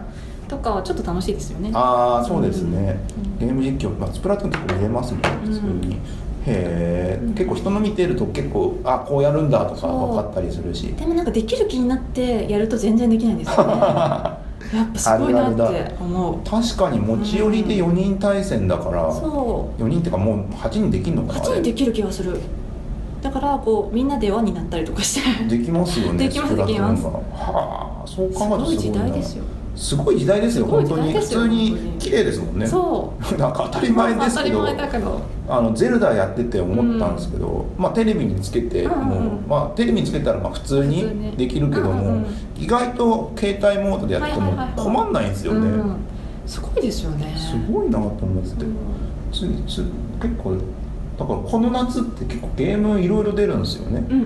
[SPEAKER 2] とかはちょっと楽しいですよね
[SPEAKER 1] ああそうですね、
[SPEAKER 2] うん
[SPEAKER 1] ゲーム実況、まあ、スプラトゥーン結構見れますもんね
[SPEAKER 2] うん
[SPEAKER 1] 普通に、へえ、
[SPEAKER 2] うん
[SPEAKER 1] 結構人の見てると結構あこうやるんだとか
[SPEAKER 2] そう
[SPEAKER 1] 分かったりするし
[SPEAKER 2] でもなんかできる気になってやると全然できないんですよ ねやっぱすごいな
[SPEAKER 1] あるあ
[SPEAKER 2] っ
[SPEAKER 1] る
[SPEAKER 2] て思う
[SPEAKER 1] 確かに持ち寄りで4人対戦だから、
[SPEAKER 2] そ
[SPEAKER 1] 4人っていうかもう8人できるの
[SPEAKER 2] う
[SPEAKER 1] かな
[SPEAKER 2] 8人できる気がするだからこうみんなで輪になったりとかして
[SPEAKER 1] できますよね
[SPEAKER 2] できます
[SPEAKER 1] スプラトゥーンが
[SPEAKER 2] できま
[SPEAKER 1] はあそう
[SPEAKER 2] す
[SPEAKER 1] 考えると
[SPEAKER 2] ご
[SPEAKER 1] すご
[SPEAKER 2] い
[SPEAKER 1] い
[SPEAKER 2] 時
[SPEAKER 1] な
[SPEAKER 2] 代ですよ、
[SPEAKER 1] すごい時代ですよ
[SPEAKER 2] すごい
[SPEAKER 1] 本当
[SPEAKER 2] 時代
[SPEAKER 1] に普
[SPEAKER 2] ですよ
[SPEAKER 1] 通に
[SPEAKER 2] 本当に
[SPEAKER 1] 綺麗ですもんね
[SPEAKER 2] そう
[SPEAKER 1] なんか当たり前ですけ
[SPEAKER 2] 当
[SPEAKER 1] ど
[SPEAKER 2] たり前だけど
[SPEAKER 1] あのゼルダやってて思ったんですけど、まあテレビにつけて
[SPEAKER 2] うんうん
[SPEAKER 1] もう、まあテレビにつけたらまあ普通
[SPEAKER 2] 普通に
[SPEAKER 1] にできるけども、
[SPEAKER 2] うんうんうん
[SPEAKER 1] 意外と携帯モードでやってても
[SPEAKER 2] はいはいはいはい
[SPEAKER 1] 困んないんですよね、
[SPEAKER 2] うん、すごいですよね
[SPEAKER 1] すごいなと思ってて、ついつい結構だからこの夏って結構ゲームいろいろ出るんですよね
[SPEAKER 2] うんうん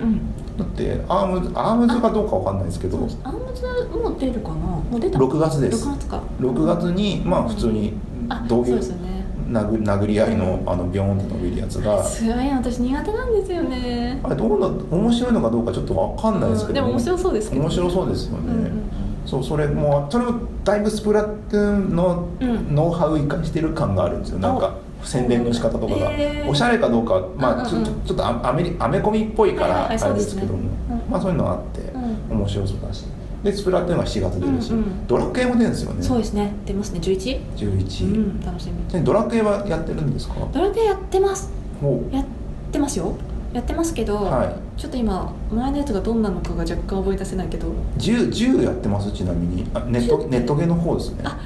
[SPEAKER 1] だってアームズアームズかどうかわかんないですけ
[SPEAKER 2] そ
[SPEAKER 1] ど
[SPEAKER 2] うあんまずもう出るかなもう出た
[SPEAKER 1] 6月です
[SPEAKER 2] 6月か
[SPEAKER 1] 6月にまあ普通に
[SPEAKER 2] あそ
[SPEAKER 1] 同
[SPEAKER 2] う
[SPEAKER 1] 業
[SPEAKER 2] ですよね
[SPEAKER 1] 殴殴り合いのあのビョーンって伸びるやつが
[SPEAKER 2] すごい私苦手なんですよね
[SPEAKER 1] あれどうな面白いのかどうかちょっとわかんないですけど、
[SPEAKER 2] うんでも面白そうですけど、
[SPEAKER 1] 面白そううですよね、
[SPEAKER 2] ん
[SPEAKER 1] そうそれもそれもだいぶスプラトゥーンの
[SPEAKER 2] うんうん
[SPEAKER 1] ノウハウを生かしてる感があるんですよなんか宣伝の仕方とかが、
[SPEAKER 2] へー
[SPEAKER 1] おしゃれかどうかはまあち
[SPEAKER 2] うん
[SPEAKER 1] ょ
[SPEAKER 2] うん
[SPEAKER 1] ちょちょっとアアメリアメコミっぽいか
[SPEAKER 2] はい
[SPEAKER 1] ら
[SPEAKER 2] は
[SPEAKER 1] あれ
[SPEAKER 2] いはいそ
[SPEAKER 1] で
[SPEAKER 2] うです
[SPEAKER 1] す
[SPEAKER 2] ね
[SPEAKER 1] けども、
[SPEAKER 2] うん
[SPEAKER 1] まあそういうのあって、
[SPEAKER 2] う
[SPEAKER 1] 面白そうだしでスプラトゥーンが4月出るし、
[SPEAKER 2] うんうん
[SPEAKER 1] ドラクエも出るんですよね
[SPEAKER 2] そうですね出ますね11
[SPEAKER 1] 11、
[SPEAKER 2] うん楽しみ
[SPEAKER 1] でドラクエはやってるんですか
[SPEAKER 2] ドラクエやってます
[SPEAKER 1] ほ
[SPEAKER 2] やってますよやってますけど、
[SPEAKER 1] うはい
[SPEAKER 2] ちょっと今前のやつがどんなのかが若干覚え出せないけど
[SPEAKER 1] 10, 10やってますちなみにあネットネットゲーの方ですね
[SPEAKER 2] あ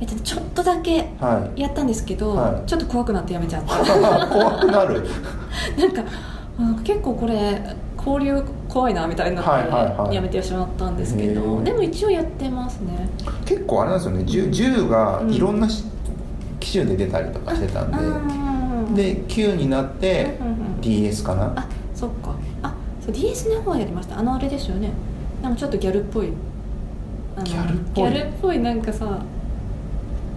[SPEAKER 2] えっとちょっとだけ
[SPEAKER 1] はい
[SPEAKER 2] やったんですけど、
[SPEAKER 1] はい
[SPEAKER 2] ちょっと怖くなってやめちゃった
[SPEAKER 1] 怖くなる
[SPEAKER 2] なんかあなんか結構これ交流怖いなみたいにな
[SPEAKER 1] はいはい
[SPEAKER 2] っ
[SPEAKER 1] はい
[SPEAKER 2] てやめてしまったんですけど、
[SPEAKER 1] へえ
[SPEAKER 2] でも一応やってますね
[SPEAKER 1] 結構あれなんですよね銃銃がいろんなし機種で出たりとかしてたん
[SPEAKER 2] あ
[SPEAKER 1] で、で9になって
[SPEAKER 2] うんうんうん
[SPEAKER 1] DS かな
[SPEAKER 2] あそっかあそう DS の方はやりましたあのあれですよねなんかちょっとギャルっぽいあの
[SPEAKER 1] ギャルっぽい
[SPEAKER 2] ギャルっぽいなんかさ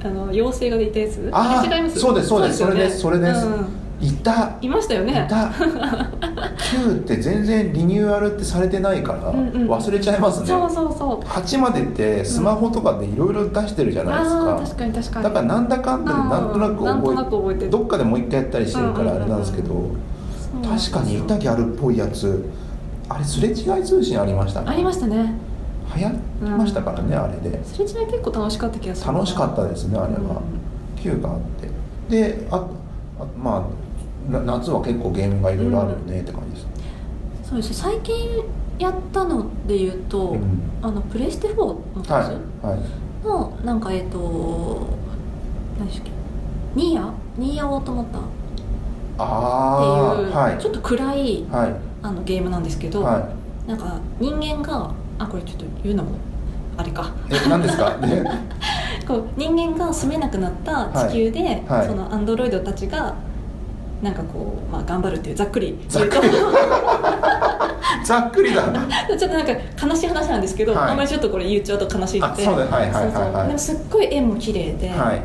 [SPEAKER 2] あの妖精がいたやつ
[SPEAKER 1] あー
[SPEAKER 2] 違います
[SPEAKER 1] そうですそうです
[SPEAKER 2] よね
[SPEAKER 1] それですそれ
[SPEAKER 2] うん
[SPEAKER 1] いた
[SPEAKER 2] いましたよ
[SPEAKER 1] い
[SPEAKER 2] ね
[SPEAKER 1] た Q って全然リニューアルってされてないから
[SPEAKER 2] うんうん
[SPEAKER 1] 忘れちゃいますね、
[SPEAKER 2] そうそうそう
[SPEAKER 1] 8までってスマホとかでいろいろ出してるじゃないです
[SPEAKER 2] ああー
[SPEAKER 1] か、
[SPEAKER 2] 確かに確かに
[SPEAKER 1] だからなんだかんだでなんとな
[SPEAKER 2] あーなんとな
[SPEAKER 1] く
[SPEAKER 2] く
[SPEAKER 1] 覚え
[SPEAKER 2] 覚え
[SPEAKER 1] て
[SPEAKER 2] てる
[SPEAKER 1] どっかでもう一回やったりしてるからあれなんですけど、
[SPEAKER 2] そうなんです
[SPEAKER 1] 確
[SPEAKER 2] よ
[SPEAKER 1] かにいたギャルっぽいやつあれすれ違い通信ありました
[SPEAKER 2] あ
[SPEAKER 1] ね
[SPEAKER 2] りましたね
[SPEAKER 1] 流行りましたからね、あれです
[SPEAKER 2] れ違い結構楽しかった気がする
[SPEAKER 1] 楽しかったですねあれ
[SPEAKER 2] うん
[SPEAKER 1] は、Q があってでああまあな夏は結構ゲームがいろいろあるよねって感じです、
[SPEAKER 2] そうです最近やったので言うと、
[SPEAKER 1] うん
[SPEAKER 2] あのプレステ4の
[SPEAKER 1] はい
[SPEAKER 2] や
[SPEAKER 1] はい
[SPEAKER 2] つのなんかえっ、と何でしたっけニーヤニーヤオートマタっていう
[SPEAKER 1] ああはい
[SPEAKER 2] ちょっと暗い
[SPEAKER 1] はい
[SPEAKER 2] あのゲームなんですけど、
[SPEAKER 1] は
[SPEAKER 2] なんか人間があこれちょっと言うのもあれか
[SPEAKER 1] いえ何です かね
[SPEAKER 2] こう人間が住めなくなった地球で、
[SPEAKER 1] はいはい
[SPEAKER 2] そのアンドロイドたちがなんかこう、まあ、頑張るっていうざっくり
[SPEAKER 1] ざっく
[SPEAKER 2] 言うと
[SPEAKER 1] りざっくりだな
[SPEAKER 2] ちょ っとなんか悲しい話なんですけど、
[SPEAKER 1] はい
[SPEAKER 2] あんまりちょっとこれ言っちゃうと悲しい
[SPEAKER 1] あ
[SPEAKER 2] ので
[SPEAKER 1] そうだはいはい
[SPEAKER 2] そう
[SPEAKER 1] は
[SPEAKER 2] そう
[SPEAKER 1] いは
[SPEAKER 2] でも
[SPEAKER 1] い
[SPEAKER 2] すっごい絵も綺麗で
[SPEAKER 1] はい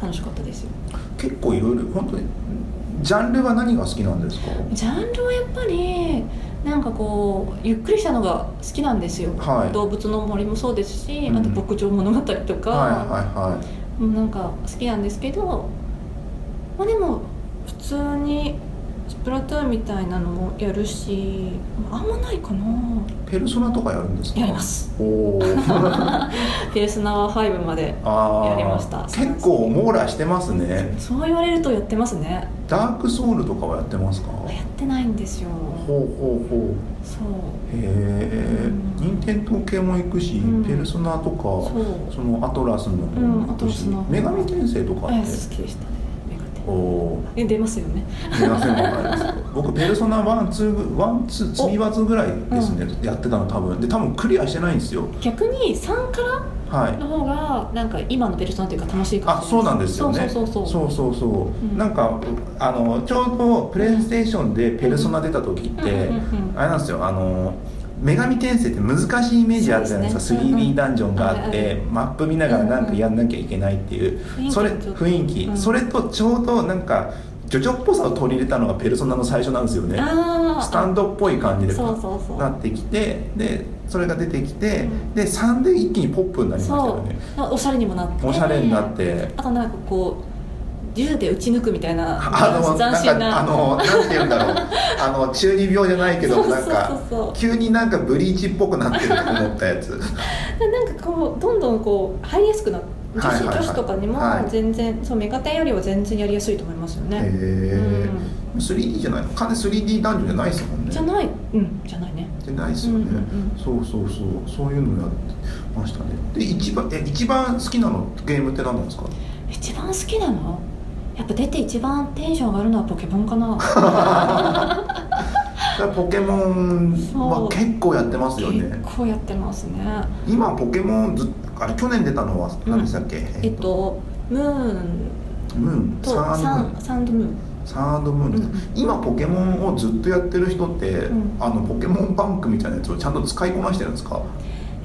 [SPEAKER 2] 楽しかったですよ、
[SPEAKER 1] 結構いろいろ本当にジャンルは何が好きなんですか
[SPEAKER 2] ジャンルはやっぱりなんかこうゆっくりしたのが好きなんですよ、
[SPEAKER 1] はい
[SPEAKER 2] 動物の森もそうですし、
[SPEAKER 1] うん
[SPEAKER 2] あと牧場物語とか、
[SPEAKER 1] はいはいはい
[SPEAKER 2] うんなんか好きなんですけど、まあ、でも普通にスプラトゥーンみたいなのもやるしあんまないかな
[SPEAKER 1] ペルソナとかやるんですか
[SPEAKER 2] やります
[SPEAKER 1] おお ー
[SPEAKER 2] ペルスナは5まで
[SPEAKER 1] あー
[SPEAKER 2] やりました
[SPEAKER 1] 結構網羅してますね
[SPEAKER 2] そう言われるとやってますね
[SPEAKER 1] ダークソウルとかはやってますか
[SPEAKER 2] やってないんですよ
[SPEAKER 1] ほうほうほう
[SPEAKER 2] そう
[SPEAKER 1] へえ
[SPEAKER 2] うん
[SPEAKER 1] 任天堂系も行くし、
[SPEAKER 2] うん
[SPEAKER 1] ペルソナとか
[SPEAKER 2] そう
[SPEAKER 1] そのアトラスの方も行くし、
[SPEAKER 2] うんアトラスの方
[SPEAKER 1] 女神転生とかっ
[SPEAKER 2] あ好
[SPEAKER 1] て
[SPEAKER 2] きでしたねメガテ
[SPEAKER 1] おお
[SPEAKER 2] え出ますよね
[SPEAKER 1] 皆さんわかります 僕ペルソナ1、2、1、2、積み罰ぐらいですね、やってたの多分で多分クリアしてないんですよ
[SPEAKER 2] 逆に3から
[SPEAKER 1] はい
[SPEAKER 2] の方がなんか今のペルソナというか楽しいかも
[SPEAKER 1] あ
[SPEAKER 2] しれ
[SPEAKER 1] そうなんですよね
[SPEAKER 2] そうそうそ
[SPEAKER 1] そ
[SPEAKER 2] う
[SPEAKER 1] うそうそう
[SPEAKER 2] うん
[SPEAKER 1] なんかあのちょうどプレイステーションでペルソナ出た時って、
[SPEAKER 2] うんうんうん
[SPEAKER 1] あれなんですよあの女神転生って難しいイメージあるじゃないです
[SPEAKER 2] そ
[SPEAKER 1] か
[SPEAKER 2] うですね
[SPEAKER 1] 3D ダンジョンがあっ
[SPEAKER 2] うん
[SPEAKER 1] て
[SPEAKER 2] うん
[SPEAKER 1] マップ見ながらなんかやんなきゃいけないっていう
[SPEAKER 2] うんうん
[SPEAKER 1] それ
[SPEAKER 2] 雰囲気
[SPEAKER 1] 雰囲気、
[SPEAKER 2] ちょっとうん
[SPEAKER 1] それとちょうどなんかジョジョっぽさを取り入れたのがペルソナの最初なんですよね
[SPEAKER 2] あー
[SPEAKER 1] スタンドっぽい感じで
[SPEAKER 2] そうそうそう
[SPEAKER 1] なってきてでそれが出てきて、
[SPEAKER 2] うん
[SPEAKER 1] で3で一気にポップになりましたよ
[SPEAKER 2] そ
[SPEAKER 1] ね
[SPEAKER 2] うおしゃれにもなって
[SPEAKER 1] おしゃれになって、
[SPEAKER 2] あとなんかこう銃で撃ち抜くみたいな
[SPEAKER 1] あの
[SPEAKER 2] 斬
[SPEAKER 1] なん
[SPEAKER 2] 新
[SPEAKER 1] かあ
[SPEAKER 2] な
[SPEAKER 1] のなんて言うんだろうあの中二病じゃないけど
[SPEAKER 2] そうそう
[SPEAKER 1] な
[SPEAKER 2] そ
[SPEAKER 1] ん
[SPEAKER 2] う
[SPEAKER 1] か急になんかブリーチっぽくなってると思ったやつ
[SPEAKER 2] なんかこうどんどんこう入りやすくなって女
[SPEAKER 1] はい
[SPEAKER 2] 子,、
[SPEAKER 1] はいはい
[SPEAKER 2] 女子とかにも
[SPEAKER 1] はい
[SPEAKER 2] 全然、そうメガテンよりは全然やりやすいと思いますよ
[SPEAKER 1] へ
[SPEAKER 2] ね、
[SPEAKER 1] え 3D じゃないの完全 3D ダンジョンじゃないですもん
[SPEAKER 2] うん
[SPEAKER 1] ね
[SPEAKER 2] じゃないうんじゃないね
[SPEAKER 1] じゃないですよね、
[SPEAKER 2] うんうんうん
[SPEAKER 1] そうそうそうそういうのやってましたねで一番え一番好きなのゲームって何なんですか
[SPEAKER 2] 一番好きなのやっぱ出て一番テンション上がるのはポケモンかな
[SPEAKER 1] だからポケモン
[SPEAKER 2] そ
[SPEAKER 1] は
[SPEAKER 2] う
[SPEAKER 1] 結構やってますよ
[SPEAKER 2] 結
[SPEAKER 1] ね
[SPEAKER 2] 構やってますね
[SPEAKER 1] 今ポケモンずあれ去年出たのは何でしたっけ、
[SPEAKER 2] えっとムーン
[SPEAKER 1] ムーン
[SPEAKER 2] と
[SPEAKER 1] サー
[SPEAKER 2] サ
[SPEAKER 1] ムーン
[SPEAKER 2] ンサンドムーン
[SPEAKER 1] サードムーンです、
[SPEAKER 2] うん
[SPEAKER 1] 今ポケモンをずっとやってる人って、
[SPEAKER 2] ん
[SPEAKER 1] あのポケモンバンクみたいなやつをちゃんと使いこなしてるんですか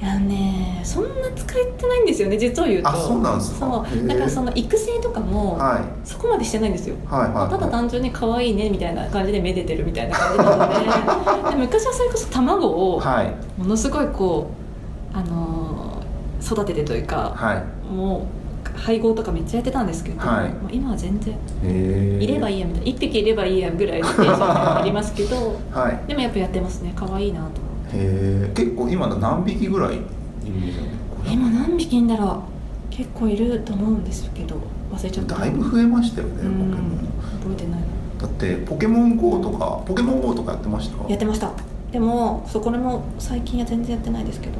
[SPEAKER 2] いやねそんな使えてないんですよね実を言うと
[SPEAKER 1] あそうなんですか
[SPEAKER 2] そう
[SPEAKER 1] へえ
[SPEAKER 2] だからその育成とかも、
[SPEAKER 1] はい
[SPEAKER 2] そこまでしてないんですよ
[SPEAKER 1] はいはい
[SPEAKER 2] ただ
[SPEAKER 1] はい
[SPEAKER 2] 単純に可愛いねみたいな感じでめでてるみたいな感じなのでで昔はそれこそ卵を
[SPEAKER 1] はい
[SPEAKER 2] ものすごいこう、あのー育ててというか
[SPEAKER 1] はい
[SPEAKER 2] もう配合とかめっちゃやってたんですけど、
[SPEAKER 1] はい
[SPEAKER 2] もう今は全然
[SPEAKER 1] へえ
[SPEAKER 2] いればいいやみたいな1匹いればいいやぐらいのテンションがありますけ ど
[SPEAKER 1] はいへ
[SPEAKER 2] でもやっぱやってますね可愛いなと
[SPEAKER 1] え結構今の何匹ぐらいいるんですよね
[SPEAKER 2] 今何匹いんだろう結構いると思うんですけど忘れちゃった
[SPEAKER 1] だいぶ増えましたよね、
[SPEAKER 2] う
[SPEAKER 1] ポケモ
[SPEAKER 2] ん
[SPEAKER 1] ン
[SPEAKER 2] 覚えてないな
[SPEAKER 1] だってポケモン GO とかポケモン GO とかやってました
[SPEAKER 2] やってましたでもそこらも最近は全然やってないですけど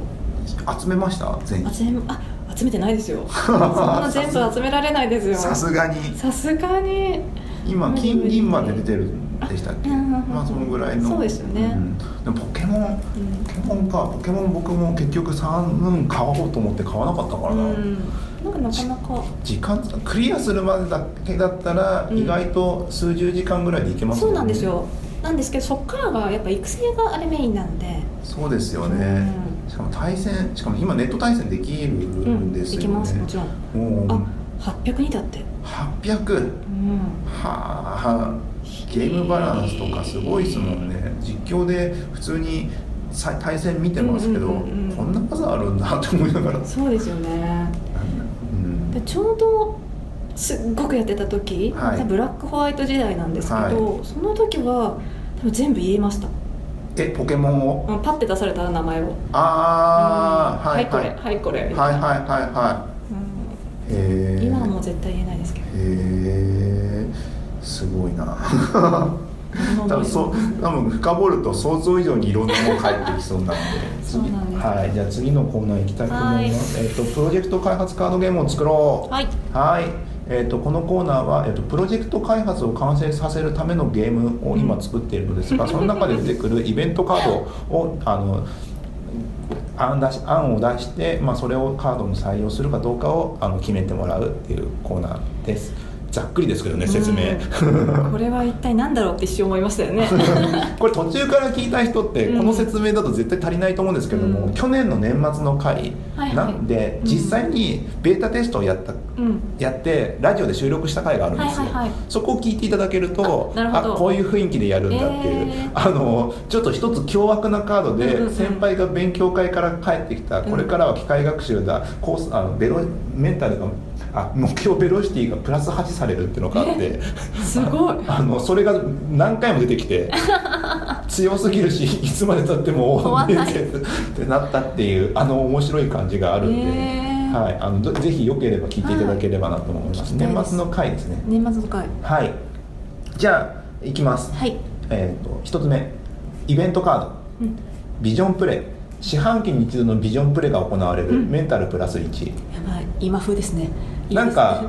[SPEAKER 1] 集めました全員
[SPEAKER 2] 集めあ集めてないです よそんな全部集められないですよ
[SPEAKER 1] さすがに
[SPEAKER 2] さすがに
[SPEAKER 1] 今
[SPEAKER 2] 無理
[SPEAKER 1] 金
[SPEAKER 2] 無理
[SPEAKER 1] 銀まで出てるんでしたっけ
[SPEAKER 2] あうんうんうん
[SPEAKER 1] まあそのぐらいの
[SPEAKER 2] そうですよね
[SPEAKER 1] んでもポケモン
[SPEAKER 2] うん
[SPEAKER 1] ポケモンかポケモン僕も結局3買おうと思って買わなかったからな、
[SPEAKER 2] うんなんかなかなか
[SPEAKER 1] 時間クリアするまでだけだったら
[SPEAKER 2] うん
[SPEAKER 1] 意外と数十時間ぐらいでいけます
[SPEAKER 2] そ
[SPEAKER 1] も
[SPEAKER 2] うんなんですよなんですけどそっからがやっぱ育成があれメインなんで
[SPEAKER 1] そうですよ
[SPEAKER 2] う
[SPEAKER 1] ね、
[SPEAKER 2] ん
[SPEAKER 1] しかも対戦しかも今ネット対戦できる
[SPEAKER 2] うんん、
[SPEAKER 1] で
[SPEAKER 2] です
[SPEAKER 1] よね、
[SPEAKER 2] きますもちろん
[SPEAKER 1] も
[SPEAKER 2] あ
[SPEAKER 1] う
[SPEAKER 2] 802だって
[SPEAKER 1] 800
[SPEAKER 2] うん
[SPEAKER 1] はあゲームバランスとかすごいですもんね実況で普通にさ対戦見てますけど、
[SPEAKER 2] うんうんうんうん
[SPEAKER 1] こんな技あるんだと思いながら、
[SPEAKER 2] そうですよね
[SPEAKER 1] うん
[SPEAKER 2] でちょうどすっごくやってた時、
[SPEAKER 1] はい
[SPEAKER 2] ブラックホワイト時代なんですけど、その時は多分全部言えました
[SPEAKER 1] えポケモンを
[SPEAKER 2] あパッて出された名前を
[SPEAKER 1] ああ、
[SPEAKER 2] うん
[SPEAKER 1] はい
[SPEAKER 2] こ
[SPEAKER 1] は
[SPEAKER 2] れ
[SPEAKER 1] い
[SPEAKER 2] はいこれ、
[SPEAKER 1] はいはいはいは
[SPEAKER 2] うん
[SPEAKER 1] いへえ
[SPEAKER 2] 今はもう絶対言えないですけど
[SPEAKER 1] へえすごい な多分そう多分深掘ると想像以上にいろんなもの返ってきそうなので
[SPEAKER 2] そうなんです
[SPEAKER 1] はいじゃあ次のコーナー行きたいと思いますえっ、とプロジェクト開発カードゲームを作ろう
[SPEAKER 2] はい
[SPEAKER 1] はい、えー、とこのコーナーは、えー、とプロジェクト開発を完成させるためのゲームを今作っているの ですが、その中で出てくるイベントカードをあの案出し案を出して、まあ、それをカードに採用するかどうかをあの決めてもらうっていうコーナーですざっくりですけどね 説明、
[SPEAKER 2] うんこれは一体何だろうって一瞬思いました よね
[SPEAKER 1] これ途中から聞いた人って
[SPEAKER 2] うん
[SPEAKER 1] この説明だと絶対足りないと思うんですけども、
[SPEAKER 2] うん
[SPEAKER 1] 去年の年末の回
[SPEAKER 2] はいはい
[SPEAKER 1] なんで、
[SPEAKER 2] うん
[SPEAKER 1] 実際にベータテストをやった
[SPEAKER 2] うん
[SPEAKER 1] やってラジオで収録した回があるんですよ、
[SPEAKER 2] はいはいはい
[SPEAKER 1] そこを聞いていただけると
[SPEAKER 2] あなるほど
[SPEAKER 1] こういう雰囲気でやるんだっていう、
[SPEAKER 2] えー
[SPEAKER 1] あのちょっと一つ凶悪なカード
[SPEAKER 2] うんうんう
[SPEAKER 1] で
[SPEAKER 2] ん
[SPEAKER 1] 先輩が勉強会から帰ってきた、これからは機械学習だコースあのベロメンタルがあ目標ベロシティがプラス8されるっていうのがあって、
[SPEAKER 2] すごい
[SPEAKER 1] あのそれが何回も出てき て強すぎるしいつまでたっても
[SPEAKER 2] 終わんない
[SPEAKER 1] ってなったっていうあの面白い感じがあるんで。
[SPEAKER 2] えー
[SPEAKER 1] はい、あのどぜひよければ聞いていただければなと思います。
[SPEAKER 2] はい聞きたいです
[SPEAKER 1] 年末の回ですね。
[SPEAKER 2] 年末の回
[SPEAKER 1] はい。じゃあ行きます。
[SPEAKER 2] はい、
[SPEAKER 1] えっ、と一つ目、イベントカード、
[SPEAKER 2] うん
[SPEAKER 1] ビジョンプレイ。四半期に一度のビジョンプレイが行われる、
[SPEAKER 2] うん
[SPEAKER 1] メンタルプラス1
[SPEAKER 2] やばい今風ですねいいですね
[SPEAKER 1] なんか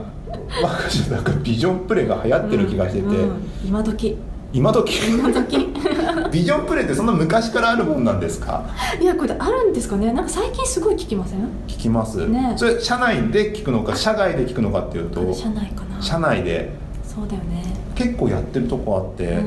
[SPEAKER 1] 私なんかビジョンプレイが流行ってる気がしてて、
[SPEAKER 2] うんうん今時
[SPEAKER 1] 今時
[SPEAKER 2] 今時
[SPEAKER 1] ビジョンプレイってそんな昔からあるもんなんですか
[SPEAKER 2] いやこれあるんですかねなんか最近すごい聞きません
[SPEAKER 1] 聞きます、
[SPEAKER 2] ね
[SPEAKER 1] それ社内で聞くのか社外で聞くのかっていうと
[SPEAKER 2] 社内かな
[SPEAKER 1] 社内で
[SPEAKER 2] そうだよね
[SPEAKER 1] 結構やってるとこあって、
[SPEAKER 2] うんうん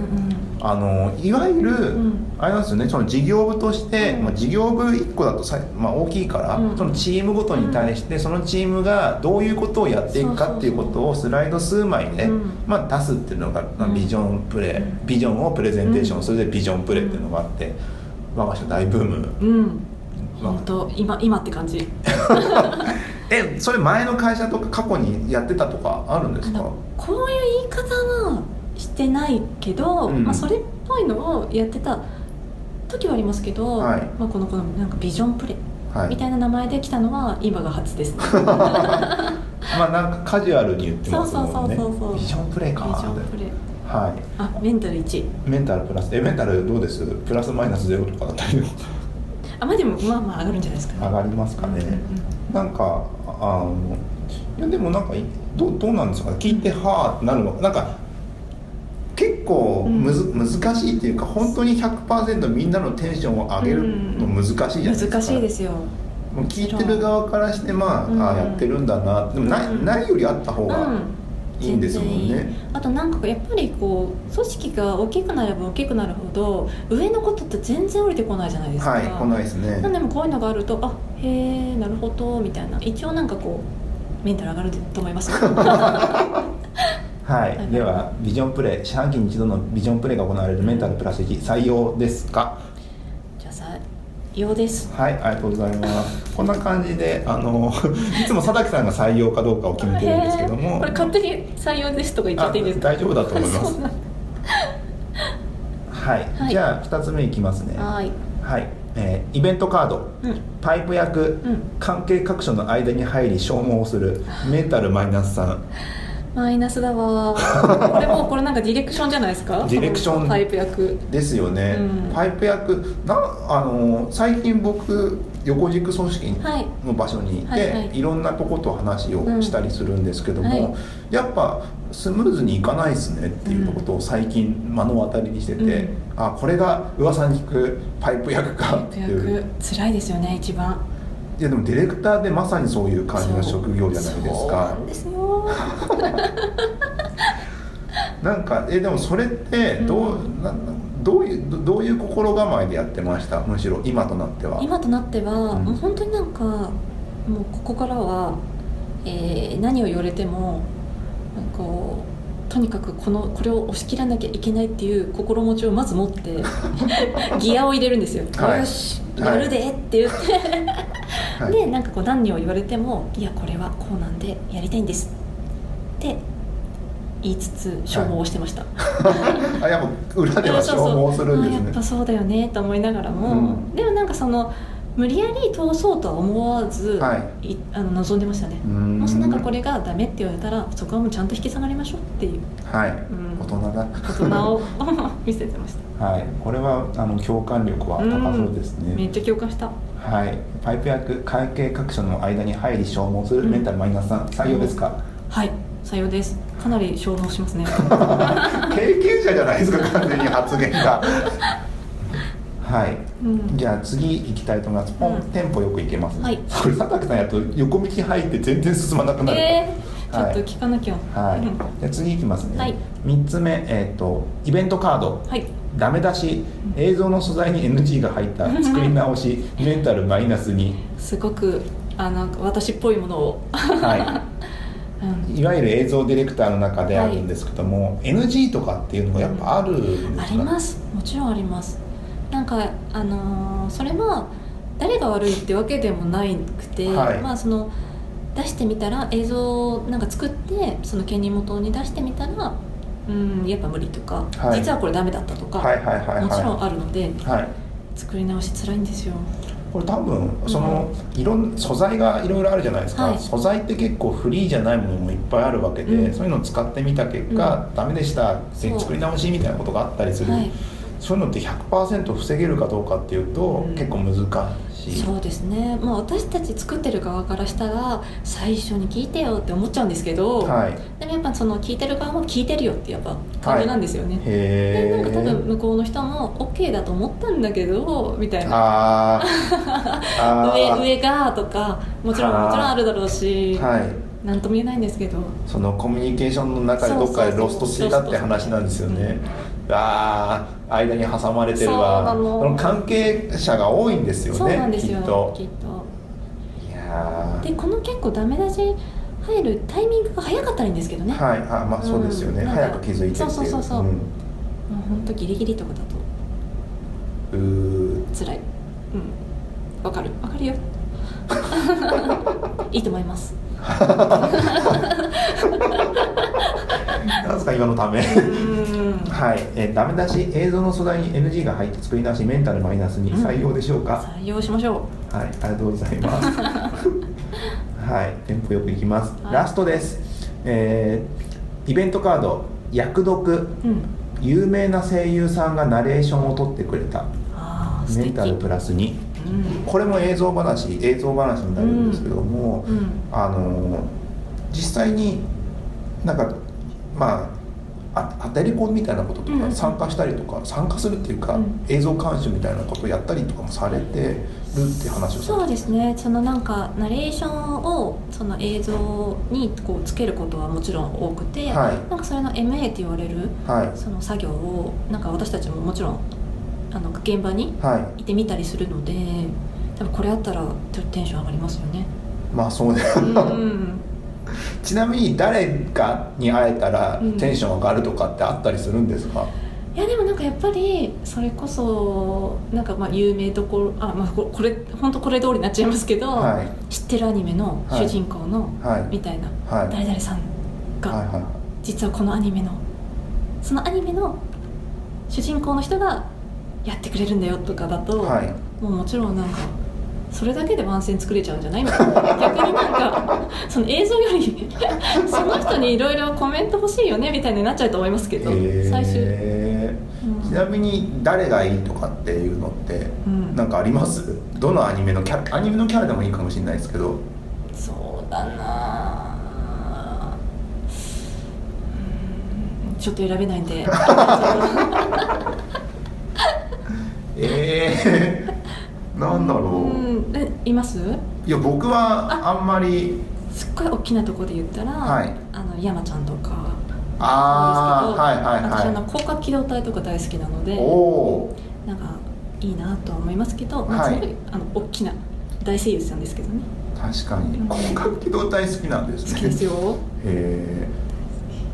[SPEAKER 1] あのいわゆる、
[SPEAKER 2] ん
[SPEAKER 1] あれなんですよねその事業部として、
[SPEAKER 2] うん
[SPEAKER 1] まあ、事業部1個だとさ、まあ、大きいから、
[SPEAKER 2] うん
[SPEAKER 1] そのチームごとに対して、そのチームがどういうことをやっていく
[SPEAKER 2] そうそうそ
[SPEAKER 1] か
[SPEAKER 2] う
[SPEAKER 1] っていうことをスライド数枚ね、
[SPEAKER 2] うん
[SPEAKER 1] まあ、出すっていうのが、まあ
[SPEAKER 2] うん
[SPEAKER 1] ビジョンプレイ、
[SPEAKER 2] うん
[SPEAKER 1] ビジョンをプレゼンテーション、
[SPEAKER 2] うん
[SPEAKER 1] それでビジョンプレイっていうのがあって我が社大ブーム、
[SPEAKER 2] うん
[SPEAKER 1] まあ
[SPEAKER 2] 本当今今って感じ
[SPEAKER 1] えそれ前の会社とか過去にやってたとかあるんで
[SPEAKER 2] あ
[SPEAKER 1] すか
[SPEAKER 2] のこういう言い方はしてないけど、
[SPEAKER 1] うん
[SPEAKER 2] まあ、それっぽいのをやってた時はありますけど、
[SPEAKER 1] はい
[SPEAKER 2] まあ、このこのなんかビジョンプレイ
[SPEAKER 1] はい
[SPEAKER 2] みたいな名前で来たのは今が 初です、ね、
[SPEAKER 1] まあなんかカジュアルに言ってますもんね
[SPEAKER 2] そうそうそうそうそう
[SPEAKER 1] ビジョンプレイ
[SPEAKER 2] ビ
[SPEAKER 1] か
[SPEAKER 2] ジョンプレイ
[SPEAKER 1] はい
[SPEAKER 2] あメンタル1
[SPEAKER 1] メンタルプラスえメンタルどうですプラスマイナスゼロとかだったり
[SPEAKER 2] あまあでもまあまあ上がるんじゃないですかね
[SPEAKER 1] 上がりますかね
[SPEAKER 2] うんうん
[SPEAKER 1] なんかああのいやでもなんかいどうどうなんですか聞いてはあってなるのなんか結構むず、難しいっていうか本当に100%みんなのテンションを上げるの難しいじゃないですか、
[SPEAKER 2] 難しいですよ
[SPEAKER 1] もう聞いてる側からしてまあ、
[SPEAKER 2] うん
[SPEAKER 1] ああやってるんだなでもない,、
[SPEAKER 2] うん
[SPEAKER 1] ないよりあった方
[SPEAKER 2] う
[SPEAKER 1] が
[SPEAKER 2] ん
[SPEAKER 1] いいんですもん
[SPEAKER 2] 全
[SPEAKER 1] ね、
[SPEAKER 2] 然いいあとなんかやっぱりこう組織が大きくなれば大きくなるほど上のことって全然降りてこないじゃないですか、
[SPEAKER 1] はい来ないですね
[SPEAKER 2] なんでもこういうのがあるとあへえなるほどみたいな一応なんかこうメンタル上がると思います
[SPEAKER 1] はい、
[SPEAKER 2] はい
[SPEAKER 1] ではビジョンプレイ四半期に一度のビジョンプレイが行われるメンタルプラス1採用ですか
[SPEAKER 2] じゃあさ用です
[SPEAKER 1] はいありがとうございますこんな感じであの いつも佐々木さんが採用かどうかを決めてるんですけど
[SPEAKER 2] へー
[SPEAKER 1] も
[SPEAKER 2] これ勝手に採用ですとか言っちゃっていいですか
[SPEAKER 1] あ大丈夫だと思いま
[SPEAKER 2] そ
[SPEAKER 1] す
[SPEAKER 2] うなん
[SPEAKER 1] はい、
[SPEAKER 2] はい
[SPEAKER 1] じゃあ2つ目いきますねは
[SPEAKER 2] はい
[SPEAKER 1] い、えーイベントカード
[SPEAKER 2] うん
[SPEAKER 1] パイプ役、
[SPEAKER 2] うん
[SPEAKER 1] 関係各所の間に入り消耗す るメンタルマイナス3
[SPEAKER 2] マイナスだわー これもうこれなんかディレクションじゃないですか
[SPEAKER 1] ディレクション
[SPEAKER 2] タイプ役
[SPEAKER 1] ですよね、
[SPEAKER 2] うん
[SPEAKER 1] パイプ役なあの最近僕横軸組織に
[SPEAKER 2] はい
[SPEAKER 1] の場所にいて、
[SPEAKER 2] はい
[SPEAKER 1] い
[SPEAKER 2] はい
[SPEAKER 1] ろんなとこと話をしたりするんですけども、
[SPEAKER 2] うんはい
[SPEAKER 1] やっぱスムーズにいかないですねっていうことを最近目の当たりにしてて、
[SPEAKER 2] うん
[SPEAKER 1] あこれが噂に聞くパイプ役かっていう
[SPEAKER 2] 役辛いですよね一番
[SPEAKER 1] いやでもディレクターでまさにそういう感じの職業じゃないです
[SPEAKER 2] そうな
[SPEAKER 1] か
[SPEAKER 2] んですよ
[SPEAKER 1] なんかえでもそれってどう、ななどどういうどどういう心構えでやってましたむしろ今となっては
[SPEAKER 2] 今となっては、
[SPEAKER 1] うん
[SPEAKER 2] もう本当になんかもうここからは、えー何を言われてもこうとにかくこのこれを押し切らなきゃいけないっていう心持ちをまず 持ってギアを入れるんですよ、
[SPEAKER 1] はい
[SPEAKER 2] よし
[SPEAKER 1] は
[SPEAKER 2] や
[SPEAKER 1] い
[SPEAKER 2] るでって言って、
[SPEAKER 1] はい
[SPEAKER 2] でなんかこう何を言われてもいやこれはこうなんでやりたいんですって言いつつ消耗をしてました、
[SPEAKER 1] あやっぱ裏では消耗するんで
[SPEAKER 2] あ
[SPEAKER 1] す
[SPEAKER 2] やっ
[SPEAKER 1] ね
[SPEAKER 2] ぱそうだよねと思いながらも、
[SPEAKER 1] うん
[SPEAKER 2] でもなんかその無理やり通そうとは思わず、
[SPEAKER 1] はい
[SPEAKER 2] いあの望んでましたね、も
[SPEAKER 1] も
[SPEAKER 2] しなんかこれがダメって言われたらそこはもうちゃんと引き下がりましょうっていう
[SPEAKER 1] はい、
[SPEAKER 2] ん
[SPEAKER 1] 大人だ
[SPEAKER 2] 大人を 見せてまし た
[SPEAKER 1] はいこれはあの共感力は高そうです
[SPEAKER 2] め
[SPEAKER 1] ね
[SPEAKER 2] っちゃ共感した
[SPEAKER 1] はいパイプ役会計各社の間に入り消耗する
[SPEAKER 2] うん
[SPEAKER 1] メンタルマイナスさん採用です か、
[SPEAKER 2] はい採用ですかなり消耗 しますね
[SPEAKER 1] 経験者じゃないですか完全に発言 がはい
[SPEAKER 2] うん
[SPEAKER 1] じゃあ次行きたいと思います。ポン、
[SPEAKER 2] うん
[SPEAKER 1] テンポよく行けます、
[SPEAKER 2] はい
[SPEAKER 1] これ佐竹さんやると横道入って全然進まなくなる。
[SPEAKER 2] えー、ちょ
[SPEAKER 1] は
[SPEAKER 2] っ
[SPEAKER 1] い
[SPEAKER 2] と聞かなきゃ、
[SPEAKER 1] はい。
[SPEAKER 2] うん
[SPEAKER 1] じゃあ次行きますね。
[SPEAKER 2] はい
[SPEAKER 1] 三つ目えっ、とイベントカード。
[SPEAKER 2] はい
[SPEAKER 1] ダメ出し映像の素材に NG が入った作り直 しメンタルマイナスに、
[SPEAKER 2] すごくあの私っぽいものを、
[SPEAKER 1] は
[SPEAKER 2] うん
[SPEAKER 1] い、いわゆる映像ディレクターの中であるんですけども、NG とかっていうのがやっぱあるんですか
[SPEAKER 2] ありますもちろんありますなんかあのーそれは誰が悪いってわけでもないくて、
[SPEAKER 1] はい
[SPEAKER 2] まあその出してみたら映像をなんか作ってその権利元に出してみたらうんやっぱ無理とか、
[SPEAKER 1] はい
[SPEAKER 2] 実はこれダメだったとか、
[SPEAKER 1] はいはいはいはい
[SPEAKER 2] もちろんあるので
[SPEAKER 1] はい
[SPEAKER 2] 作り直し辛いんですよ
[SPEAKER 1] これ多分そのいろん素材がいろいろあるじゃないですか、
[SPEAKER 2] はい
[SPEAKER 1] 素材って結構フリーじゃないものもいっぱいあるわけで、
[SPEAKER 2] うん
[SPEAKER 1] そういうのを使ってみた結果、ダメでした
[SPEAKER 2] そう
[SPEAKER 1] 作り直しみたいなことがあったりする、
[SPEAKER 2] はい
[SPEAKER 1] そういうのって100%防げるかどうかっていうと、
[SPEAKER 2] うん
[SPEAKER 1] 結構難しい
[SPEAKER 2] そうですねまあ私たち作ってる側からしたら最初に聞いてよって思っちゃうんですけど、
[SPEAKER 1] はい
[SPEAKER 2] でもやっぱその聞いてる側も聞いてるよってやっぱ感じなんですよね、で
[SPEAKER 1] へ
[SPEAKER 2] なんか多分
[SPEAKER 1] え
[SPEAKER 2] 向こうの人も OK だと思ったんだけどみたいな
[SPEAKER 1] あー あ
[SPEAKER 2] 上
[SPEAKER 1] ー
[SPEAKER 2] 上がとかもちろん
[SPEAKER 1] あー
[SPEAKER 2] もちろんあるだろうし、
[SPEAKER 1] はい
[SPEAKER 2] なんとも言えないんですけど
[SPEAKER 1] そのコミュニケーションの中でどっかで
[SPEAKER 2] そ
[SPEAKER 1] ロ
[SPEAKER 2] う
[SPEAKER 1] ス
[SPEAKER 2] そうそう
[SPEAKER 1] トしていたって話なんですよね
[SPEAKER 2] ロストし
[SPEAKER 1] ああ間に挟まれてるわ
[SPEAKER 2] そうなの
[SPEAKER 1] の関係者が多いんですよね
[SPEAKER 2] そうなんですよ
[SPEAKER 1] きっと
[SPEAKER 2] きっと
[SPEAKER 1] いや
[SPEAKER 2] でこの結構ダメ出し入るタイミングが早かったらいいんですけどね、
[SPEAKER 1] ーはいあまあそうですよね、
[SPEAKER 2] うんなんか
[SPEAKER 1] 早く気づいてってい
[SPEAKER 2] そうそうそうそう
[SPEAKER 1] うん
[SPEAKER 2] もうほんとギリギリとかだと
[SPEAKER 1] うー
[SPEAKER 2] 辛いうんわかるわ かるよいいと思います
[SPEAKER 1] なんですか今のた め
[SPEAKER 2] うん
[SPEAKER 1] はい、えーダメ出し映像の素材に NG が入って作り直しメンタルマイナスに
[SPEAKER 2] うん
[SPEAKER 1] 採用でしょうか、
[SPEAKER 2] 採用しましょ
[SPEAKER 1] はいありがとうございます はいテンポよくいきます、
[SPEAKER 2] はい
[SPEAKER 1] ラストですえーイベントカード役読
[SPEAKER 2] ううん
[SPEAKER 1] 有名な声優さんがナレーションを取ってくれた
[SPEAKER 2] ああ素
[SPEAKER 1] メ
[SPEAKER 2] 敵
[SPEAKER 1] ンタルプラスに
[SPEAKER 2] うん
[SPEAKER 1] これも映像話映像話になるんですけども、
[SPEAKER 2] うん
[SPEAKER 1] あの実際になんかまああアテレコンみたいなことと
[SPEAKER 2] うんう
[SPEAKER 1] か
[SPEAKER 2] ん
[SPEAKER 1] 参加したりとか、参加するっていうか、
[SPEAKER 2] うん
[SPEAKER 1] 映像監修みたいなことをやったりとかもされてるって話をさ
[SPEAKER 2] そ
[SPEAKER 1] れ
[SPEAKER 2] う
[SPEAKER 1] て
[SPEAKER 2] ですねそのなんかナレーションをその映像にこうつけることはもちろん多くて、
[SPEAKER 1] はい
[SPEAKER 2] なんかそれの MA って言われる
[SPEAKER 1] はい
[SPEAKER 2] その作業をなんか私たちももちろんあの現場に
[SPEAKER 1] はい
[SPEAKER 2] いてみたりするので多分これあったらちょっとテンション上がりますよ ね
[SPEAKER 1] まあそうね
[SPEAKER 2] うん
[SPEAKER 1] ちなみに誰かに会えたら
[SPEAKER 2] うん
[SPEAKER 1] テンション上がるとかってあったりするんですか、
[SPEAKER 2] いやでもなんかやっぱりそれこそなんかまあ有名どころあ、まあ、ここれ本当これ通りになっちゃいますけど、
[SPEAKER 1] はい
[SPEAKER 2] 知ってるアニメの主人公の
[SPEAKER 1] はい
[SPEAKER 2] みたいな、
[SPEAKER 1] はいはい
[SPEAKER 2] 誰々さんが、
[SPEAKER 1] は
[SPEAKER 2] 実はこのアニメのそのアニメの主人公の人がやってくれるんだよとかだ
[SPEAKER 1] い
[SPEAKER 2] と、
[SPEAKER 1] はい
[SPEAKER 2] もうもちろんなんかそれだけで番宣作れちゃうんじゃないの逆になんかその映像より その人にいろいろコメント欲しいよねみたいになっちゃうと思いますけど、最終、うん
[SPEAKER 1] えーちなみに誰がいいとかっていうのって
[SPEAKER 2] うん
[SPEAKER 1] なんかありますどのアニメのキャラアニメのキャラでもいいかもしれないですけど
[SPEAKER 2] そうだなあうんちょっと選べないん で
[SPEAKER 1] え えー、なんだろう、
[SPEAKER 2] うんえいます
[SPEAKER 1] いや僕はあんまり
[SPEAKER 2] すっごい大きなとこで言ったら、
[SPEAKER 1] はい
[SPEAKER 2] あの山ちゃんとか
[SPEAKER 1] ああはいはい
[SPEAKER 2] 私あ
[SPEAKER 1] は
[SPEAKER 2] の高架機動隊とか大好きなの
[SPEAKER 1] い
[SPEAKER 2] で
[SPEAKER 1] おお
[SPEAKER 2] なんかいいなとは思いますけど、まあ、
[SPEAKER 1] はい
[SPEAKER 2] すごいあの大きな大声優さんですけどね
[SPEAKER 1] 確かに広角機動隊好きなんですね
[SPEAKER 2] 好きですよ
[SPEAKER 1] へー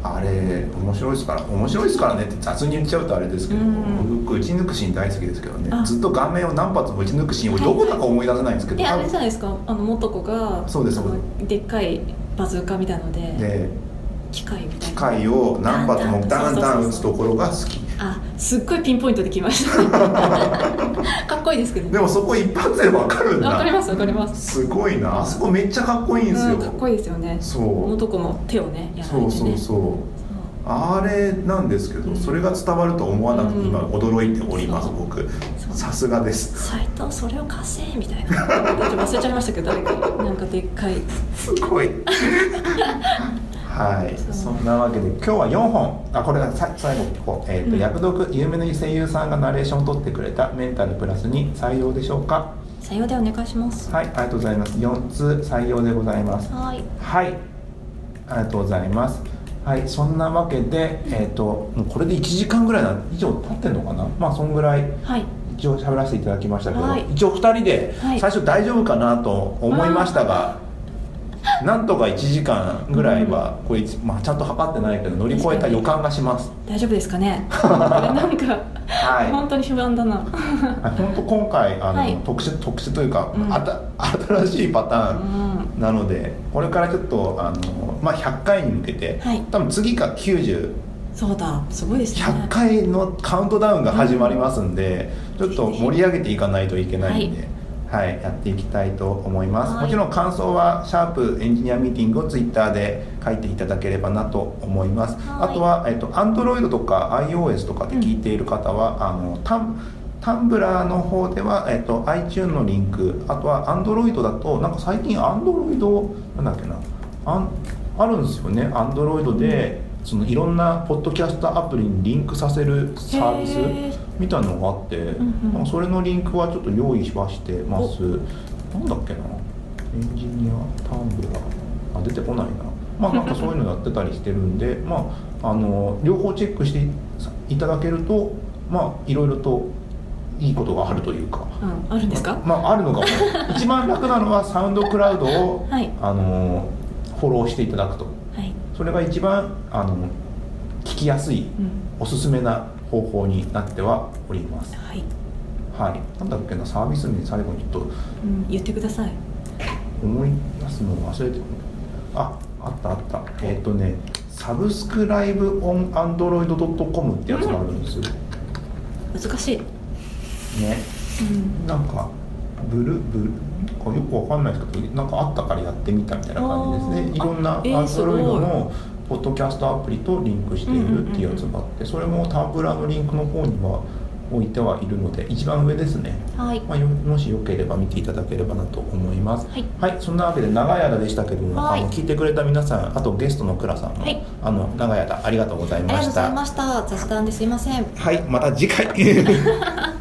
[SPEAKER 1] あれ面白いですから面白いですからねって雑に言っちゃうとあれですけど、
[SPEAKER 2] うん
[SPEAKER 1] 僕打ち抜くシーン大好きですけどね
[SPEAKER 2] あ
[SPEAKER 1] ずっと顔面を何発も打ち抜くシーンをどこだか思い出せないん ですけど、
[SPEAKER 2] であれじゃないですかあの元子が
[SPEAKER 1] そうです
[SPEAKER 2] あのでっかいバズーカみたいので
[SPEAKER 1] で
[SPEAKER 2] 機械みた
[SPEAKER 1] 機
[SPEAKER 2] いな
[SPEAKER 1] 械を何発もダンダン打つところが好き
[SPEAKER 2] あすっごいピンポイントできました かっこいいですけどね
[SPEAKER 1] でもそこ一発で分かるんだ
[SPEAKER 2] わかりますわかります
[SPEAKER 1] すごいなあそこめっちゃかっこいいんですよ、
[SPEAKER 2] うんかっこいいですよね
[SPEAKER 1] そう
[SPEAKER 2] 元子も手をねやられて
[SPEAKER 1] そ
[SPEAKER 2] ね
[SPEAKER 1] うそうそうあれなんですけど、
[SPEAKER 2] うん
[SPEAKER 1] それが伝わると思わなくて
[SPEAKER 2] うん
[SPEAKER 1] 今驚いております、
[SPEAKER 2] そう
[SPEAKER 1] 僕
[SPEAKER 2] そう
[SPEAKER 1] さすがです
[SPEAKER 2] 斎藤それを稼いみたいなだって忘れちゃいましたけど誰かなんかでっかい
[SPEAKER 1] すごいはい
[SPEAKER 2] そう
[SPEAKER 1] そんなわけで今日は4本あこれがさ最後こう、えーと
[SPEAKER 2] うん
[SPEAKER 1] 役読有名な声優さんがナレーションを取ってくれたメンタルプラスに採用でしょうか
[SPEAKER 2] 採用でお願いします
[SPEAKER 1] はいありがとうございます4つ採用でございます
[SPEAKER 2] はい
[SPEAKER 1] はい、ありがとうございます。はい、そんなわけで、えっ、と、もうこれで1時間ぐらいな、以上経ってんのかな、まあ、そんぐらい。
[SPEAKER 2] はい
[SPEAKER 1] 一応喋らせていただきましたけど、
[SPEAKER 2] はい
[SPEAKER 1] 一応2人で
[SPEAKER 2] はい
[SPEAKER 1] 最初大丈夫かなと思いましたが、なんとか1時間ぐらいはこれ、まあ、ちゃんと測ってないけど乗り越えた予感がします。
[SPEAKER 2] 大丈夫です かねこれなんか、
[SPEAKER 1] はい
[SPEAKER 2] 本当に不安だな
[SPEAKER 1] 本当今回あの、
[SPEAKER 2] はい
[SPEAKER 1] 特殊特殊というか、
[SPEAKER 2] うん
[SPEAKER 1] あた新しいパタ
[SPEAKER 2] う
[SPEAKER 1] ーン
[SPEAKER 2] ん
[SPEAKER 1] なのでこれからちょっとあの、まあ、100回に向けて、
[SPEAKER 2] はい
[SPEAKER 1] 多分次か90。
[SPEAKER 2] そうだすごいですね
[SPEAKER 1] 100回のカウントダウンが始まりますんで、ちょっと盛り上げていかないといけないんで、はいやっていきたいと思います、
[SPEAKER 2] はい
[SPEAKER 1] もちろん感想は「シャープエンジニアミーティング」をツイッターで書いていただければなと思います、
[SPEAKER 2] はい
[SPEAKER 1] あとは、えっと、Android とか iOS とかで聞いている方は、あのタンタンブラーの方では、えっと、iTune のリンクあとは Android だとなんか最近 Android なんだっけなあんあるんですよね Android で、そのいろんなポッドキャストアプリにリンクさせるサービス
[SPEAKER 2] へー
[SPEAKER 1] みたいなのがあって、
[SPEAKER 2] んうん
[SPEAKER 1] なんかそれのリンクはちょっと用意しましてますなんだっけなエンジニアタンブラーあ出てこないなまあなんかそういうのやってたりしてるんで まああの両方チェックしていただけるとまあいろいろといいことがあるというか
[SPEAKER 2] うん、あるんですか
[SPEAKER 1] まああるの がもう一番楽なのはサウンドクラウドを、
[SPEAKER 2] はい
[SPEAKER 1] あのフォローしていただくと
[SPEAKER 2] はい、
[SPEAKER 1] それが一番あの聞きやすい
[SPEAKER 2] うん、
[SPEAKER 1] おすすめな方法になってはおります
[SPEAKER 2] はい、
[SPEAKER 1] はいなんだっけなサービス名最後にちょっと
[SPEAKER 2] うん、言ってください
[SPEAKER 1] 思い出すのを忘れてああったあったえっ、とねサブスクライブオンアンドロイドドットコムってやつがあるんですよ、
[SPEAKER 2] 難しい、うん、
[SPEAKER 1] ねなんかブルブルこうよくわかんないですけどなんかあったからやってみたみたいな感じです
[SPEAKER 2] あ
[SPEAKER 1] ね
[SPEAKER 2] ー
[SPEAKER 1] いろんなア
[SPEAKER 2] あ
[SPEAKER 1] ン
[SPEAKER 2] えーす
[SPEAKER 1] ド
[SPEAKER 2] ご
[SPEAKER 1] ロ
[SPEAKER 2] い
[SPEAKER 1] イドのポッドキャストアプリとリンクしているっていうやつがあってそれもタンブラーのリンクの方には置いてはいるので一番上ですね、
[SPEAKER 2] はい
[SPEAKER 1] まあ、よもしよければ見ていただければなと思います
[SPEAKER 2] はい
[SPEAKER 1] はい、そんなわけで長い間でしたけども、
[SPEAKER 2] はい
[SPEAKER 1] あの聞いてくれた皆さんあとゲストの倉さんも、
[SPEAKER 2] はい
[SPEAKER 1] あの長い間ありがとうござい
[SPEAKER 2] ありが
[SPEAKER 1] ま
[SPEAKER 2] とうご
[SPEAKER 1] し
[SPEAKER 2] ざい
[SPEAKER 1] た
[SPEAKER 2] ました雑談ですいません
[SPEAKER 1] はいまた次回は